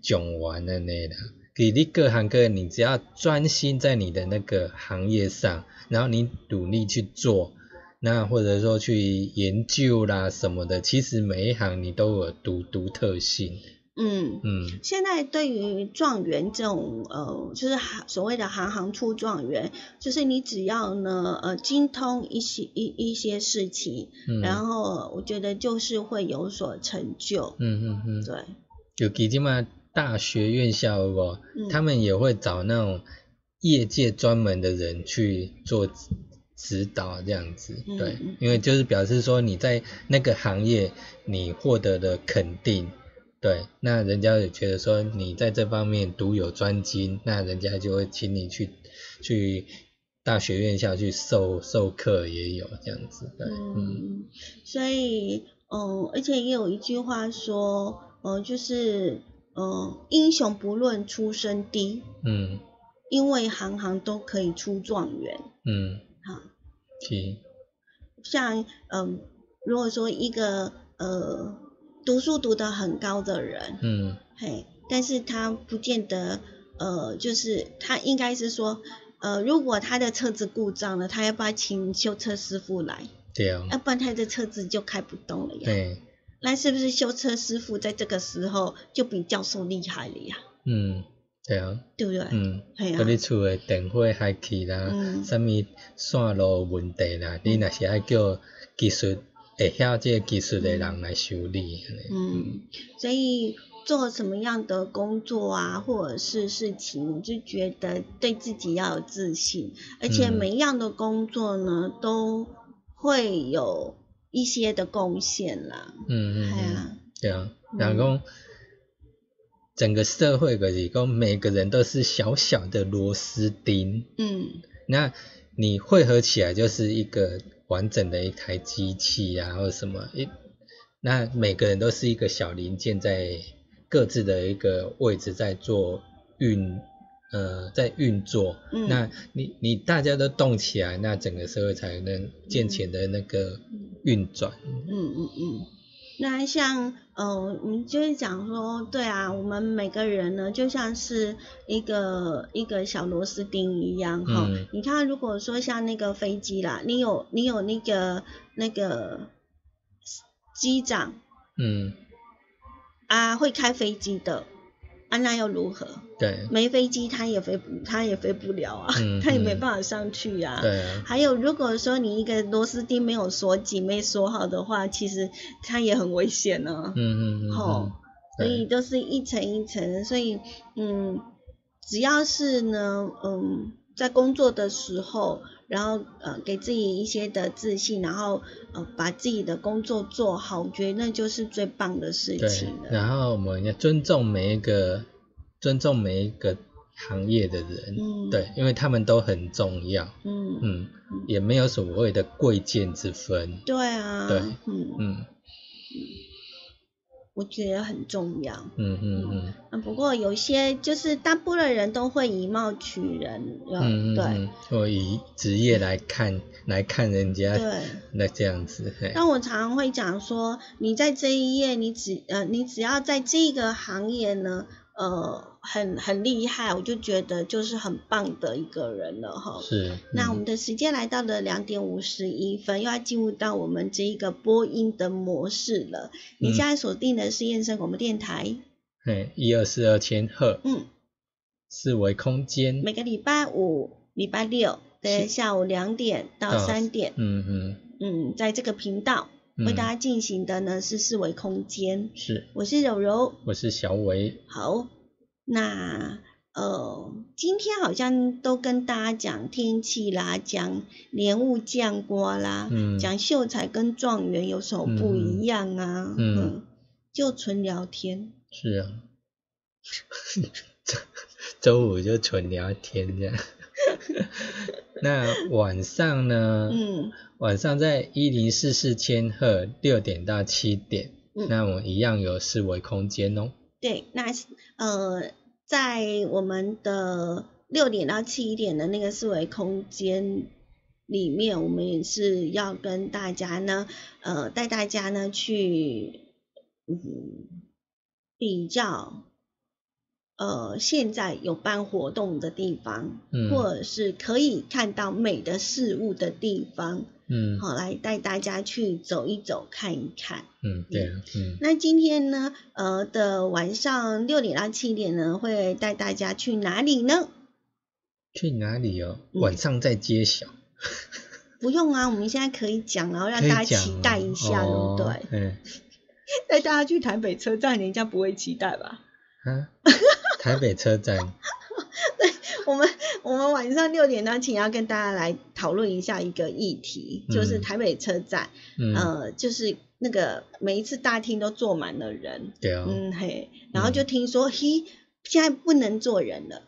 Speaker 2: 状元安尼啦。其实你各行各业，你只要专心在你的那个行业上，然后你努力去做，那或者说去研究啦什么的，其实每一行你都有独独特性。
Speaker 3: 嗯，
Speaker 2: 嗯
Speaker 3: 现在对于状元这种呃，就是行所谓的行行出状元，就是你只要呢呃精通一些一一些事情，
Speaker 2: 嗯，
Speaker 3: 然后我觉得就是会有所成就。
Speaker 2: 嗯嗯嗯，
Speaker 3: 对，
Speaker 2: 尤其即嘛大学院校有无，
Speaker 3: 嗯
Speaker 2: 他们也会找那种业界专门的人去做指指导这样子，
Speaker 3: 嗯
Speaker 2: 对
Speaker 3: 嗯，
Speaker 2: 因为就是表示说你在那个行业你获得了肯定。对，那人家也觉得说你在这方面独有专精，那人家就会请你去去大学院校去授授课，也有这样子。对，嗯
Speaker 3: 嗯，所以嗯，而且也有一句话说，呃，就是嗯，英雄不论出身低，
Speaker 2: 嗯
Speaker 3: 因为行行都可以出状元。
Speaker 2: 嗯，
Speaker 3: 好，
Speaker 2: 是，
Speaker 3: 像嗯，如果说一个呃读书读得很高的人，
Speaker 2: 嗯
Speaker 3: 嘿，但是他不见得呃，就是他应该是说，呃，如果他的车子故障了，他要不要请修车师傅来？
Speaker 2: 对哦，
Speaker 3: 要不然他的车子就开不动了呀。
Speaker 2: 对，
Speaker 3: 那是不是修车师傅在这个时候就比教授厉害了呀？
Speaker 2: 嗯对啊，
Speaker 3: 对不对？
Speaker 2: 嗯，
Speaker 3: 嘿啊
Speaker 2: 搁你厝诶电火害去啦，
Speaker 3: 嗯
Speaker 2: 啥物线路有问题啦，你若是爱叫技术会晓即个技术诶人来修理安尼。
Speaker 3: 嗯，所以做什么样的工作啊，或者是事情，我就觉得对自己要有自信，而且
Speaker 2: 嗯
Speaker 3: 每一样的工作呢，都会有一些的贡献啦。
Speaker 2: 嗯嗯
Speaker 3: 哎
Speaker 2: 嗯，
Speaker 3: 呀，
Speaker 2: 对啊，
Speaker 3: 嗯
Speaker 2: 然后整个社会就是讲每个人都是小小的螺丝钉，
Speaker 3: 嗯
Speaker 2: 那你汇合起来就是一个完整的一台机器啊，或者什么一，那每个人都是一个小零件在各自的一个位置在做运，呃，在运作。
Speaker 3: 嗯
Speaker 2: 那你你大家都动起来，那整个社会才能健全的那个运转。
Speaker 3: 嗯嗯嗯。那像呃，我们就是讲说，对啊，我们每个人呢，就像是一个一个小螺丝钉一样哈。
Speaker 2: 嗯
Speaker 3: 你看，如果说像那个飞机啦，你有你有那个那个机长
Speaker 2: 嗯，
Speaker 3: 啊，会开飞机的啊，那又如何？ (laughs)
Speaker 2: 对，
Speaker 3: 没飞机他也飞不他也飞不了啊，
Speaker 2: 嗯
Speaker 3: 他也没
Speaker 2: 嗯
Speaker 3: 办法上去呀、
Speaker 2: 对啊，
Speaker 3: 还有，如果说你一个螺丝钉没有锁紧、没锁好的话，其实它也很危险啊呢、
Speaker 2: 嗯嗯嗯嗯
Speaker 3: 吼，所以
Speaker 2: 对，
Speaker 3: 都是一层一层的。所以，嗯，只要是呢，嗯，在工作的时候，然后呃，给自己一些的自信，然后呃，把自己的工作做好，我觉得那就是最棒的事
Speaker 2: 对
Speaker 3: 情，了。
Speaker 2: 然后我们要尊重每一个，尊重每一个行业的人。
Speaker 3: 嗯，
Speaker 2: 对，，因为他们都很重要，
Speaker 3: 嗯，
Speaker 2: 嗯，也没有所谓的贵贱之分，
Speaker 3: 对啊，
Speaker 2: 对
Speaker 3: 嗯，
Speaker 2: 嗯
Speaker 3: 我觉得很重要。
Speaker 2: 嗯嗯嗯
Speaker 3: 嗯，不过有些就是大部分人都会以貌取人，
Speaker 2: 嗯嗯，
Speaker 3: 对
Speaker 2: 嗯，我以职业来看来看人家
Speaker 3: 对。
Speaker 2: 那这样子，嘿，
Speaker 3: 但我常常会讲说，你在这一页，你只呃，你只要在这个行业呢，呃，很很厉害，我就觉得就是很棒的一个人了哈。
Speaker 2: 是，
Speaker 3: 那
Speaker 2: 嗯
Speaker 3: 我们的时间来到了两点五十一分，又要进入到我们这一个播音的模式了。你
Speaker 2: 嗯
Speaker 3: 现在锁定的是燕声广播电台，
Speaker 2: 嘿一二四二千赫
Speaker 3: 嗯，
Speaker 2: 四维空间，
Speaker 3: 每个礼拜五、礼拜六的
Speaker 2: 是
Speaker 3: 下午两点到
Speaker 2: 到
Speaker 3: 三点，
Speaker 2: 嗯嗯
Speaker 3: 嗯，在这个频道
Speaker 2: 嗯，
Speaker 3: 为大家进行的呢是四维空间，
Speaker 2: 是，
Speaker 3: 我是柔柔。
Speaker 2: 我是小伟，
Speaker 3: 好，那呃，今天好像都跟大家讲天气啦，讲莲雾酱瓜啦，
Speaker 2: 嗯
Speaker 3: 讲秀才跟状元有什么不一样啊？
Speaker 2: 嗯
Speaker 3: 就纯聊天。
Speaker 2: 是啊， (laughs) 周周五就纯聊天
Speaker 3: (laughs)
Speaker 2: 这样，那晚上呢？
Speaker 3: 嗯
Speaker 2: 晚上在一零四四千赫六点到七点，
Speaker 3: 嗯
Speaker 2: 那我们一样有四维空间哦。
Speaker 3: 对，那是呃，在我们的六点到七点的那个四维空间里面，我们也是要跟大家呢，呃，带大家呢去，嗯，比较，呃，现在有办活动的地方，
Speaker 2: 嗯
Speaker 3: 或者是可以看到美的事物的地方，
Speaker 2: 嗯
Speaker 3: 好、来带大家去走一走，看一看。
Speaker 2: 嗯，对啊，嗯
Speaker 3: 那今天呢，呃的晚上六点到七点呢，会带大家去哪里呢？
Speaker 2: 去哪里哦？
Speaker 3: 嗯
Speaker 2: 晚上再揭晓，
Speaker 3: 不用啊，我们现在可以讲，然后让
Speaker 2: 可以
Speaker 3: 大家
Speaker 2: 讲
Speaker 3: 期
Speaker 2: 哦
Speaker 3: 待一下，
Speaker 2: 哦
Speaker 3: 对不对？
Speaker 2: 嗯
Speaker 3: (laughs) 带大家去台北车站，人家不会期待吧？
Speaker 2: 啊，台北车站，
Speaker 3: 我们我们晚上六点到七点要跟大家来讨论一下一个议题，就是
Speaker 2: 嗯
Speaker 3: 台北车站， (laughs)
Speaker 2: 嗯，
Speaker 3: 呃，就是那个每一次大厅都坐满了人，
Speaker 2: 对哦，
Speaker 3: 嗯嘿，然后就听说、嘿，现在不能坐人了，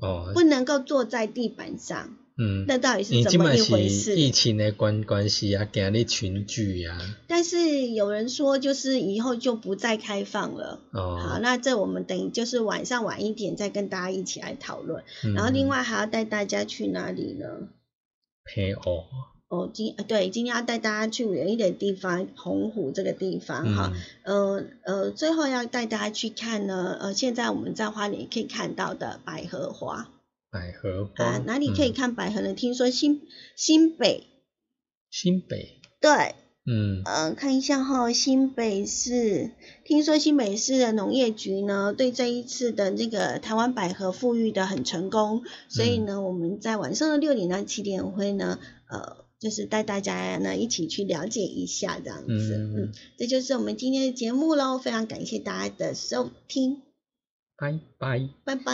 Speaker 2: 哦
Speaker 3: 不，能够坐在地板上。
Speaker 2: 嗯，
Speaker 3: 那到底是
Speaker 2: 你
Speaker 3: 怎
Speaker 2: 今
Speaker 3: 么
Speaker 2: 麦
Speaker 3: 一回
Speaker 2: 是
Speaker 3: 事？
Speaker 2: 疫情的关关系啊，今日群聚啊，
Speaker 3: 但是有人说，就是以后就不再开放了。好，
Speaker 2: 哦，
Speaker 3: 那这我们等于就是晚上晚一点再跟大家一起来讨论。
Speaker 2: 嗯
Speaker 3: 然后另外还要带大家去哪里呢？
Speaker 2: 配偶，
Speaker 3: 哦，今呃对今天要带大家去远一点的地方，澎湖这个地方哈。
Speaker 2: 嗯
Speaker 3: 呃呃，最后要带大家去看呢，呃，现在我们在花莲也可以看到的百合花
Speaker 2: 百合花
Speaker 3: 啊，哪里可以
Speaker 2: 嗯
Speaker 3: 看百合呢？听说新新北
Speaker 2: 新北，
Speaker 3: 对。
Speaker 2: 嗯
Speaker 3: 呃，看一下哈，新北市，听说新北市的农业局呢，对这一次的这个台湾百合富裕的很成功，所以呢，我们在晚上的六点到七点会呢，呃，就是带大家呢一起去了解一下这样子，
Speaker 2: 嗯
Speaker 3: 嗯，这就是我们今天的节目喽，非常感谢大家的收听，
Speaker 2: 拜拜。
Speaker 3: 拜拜。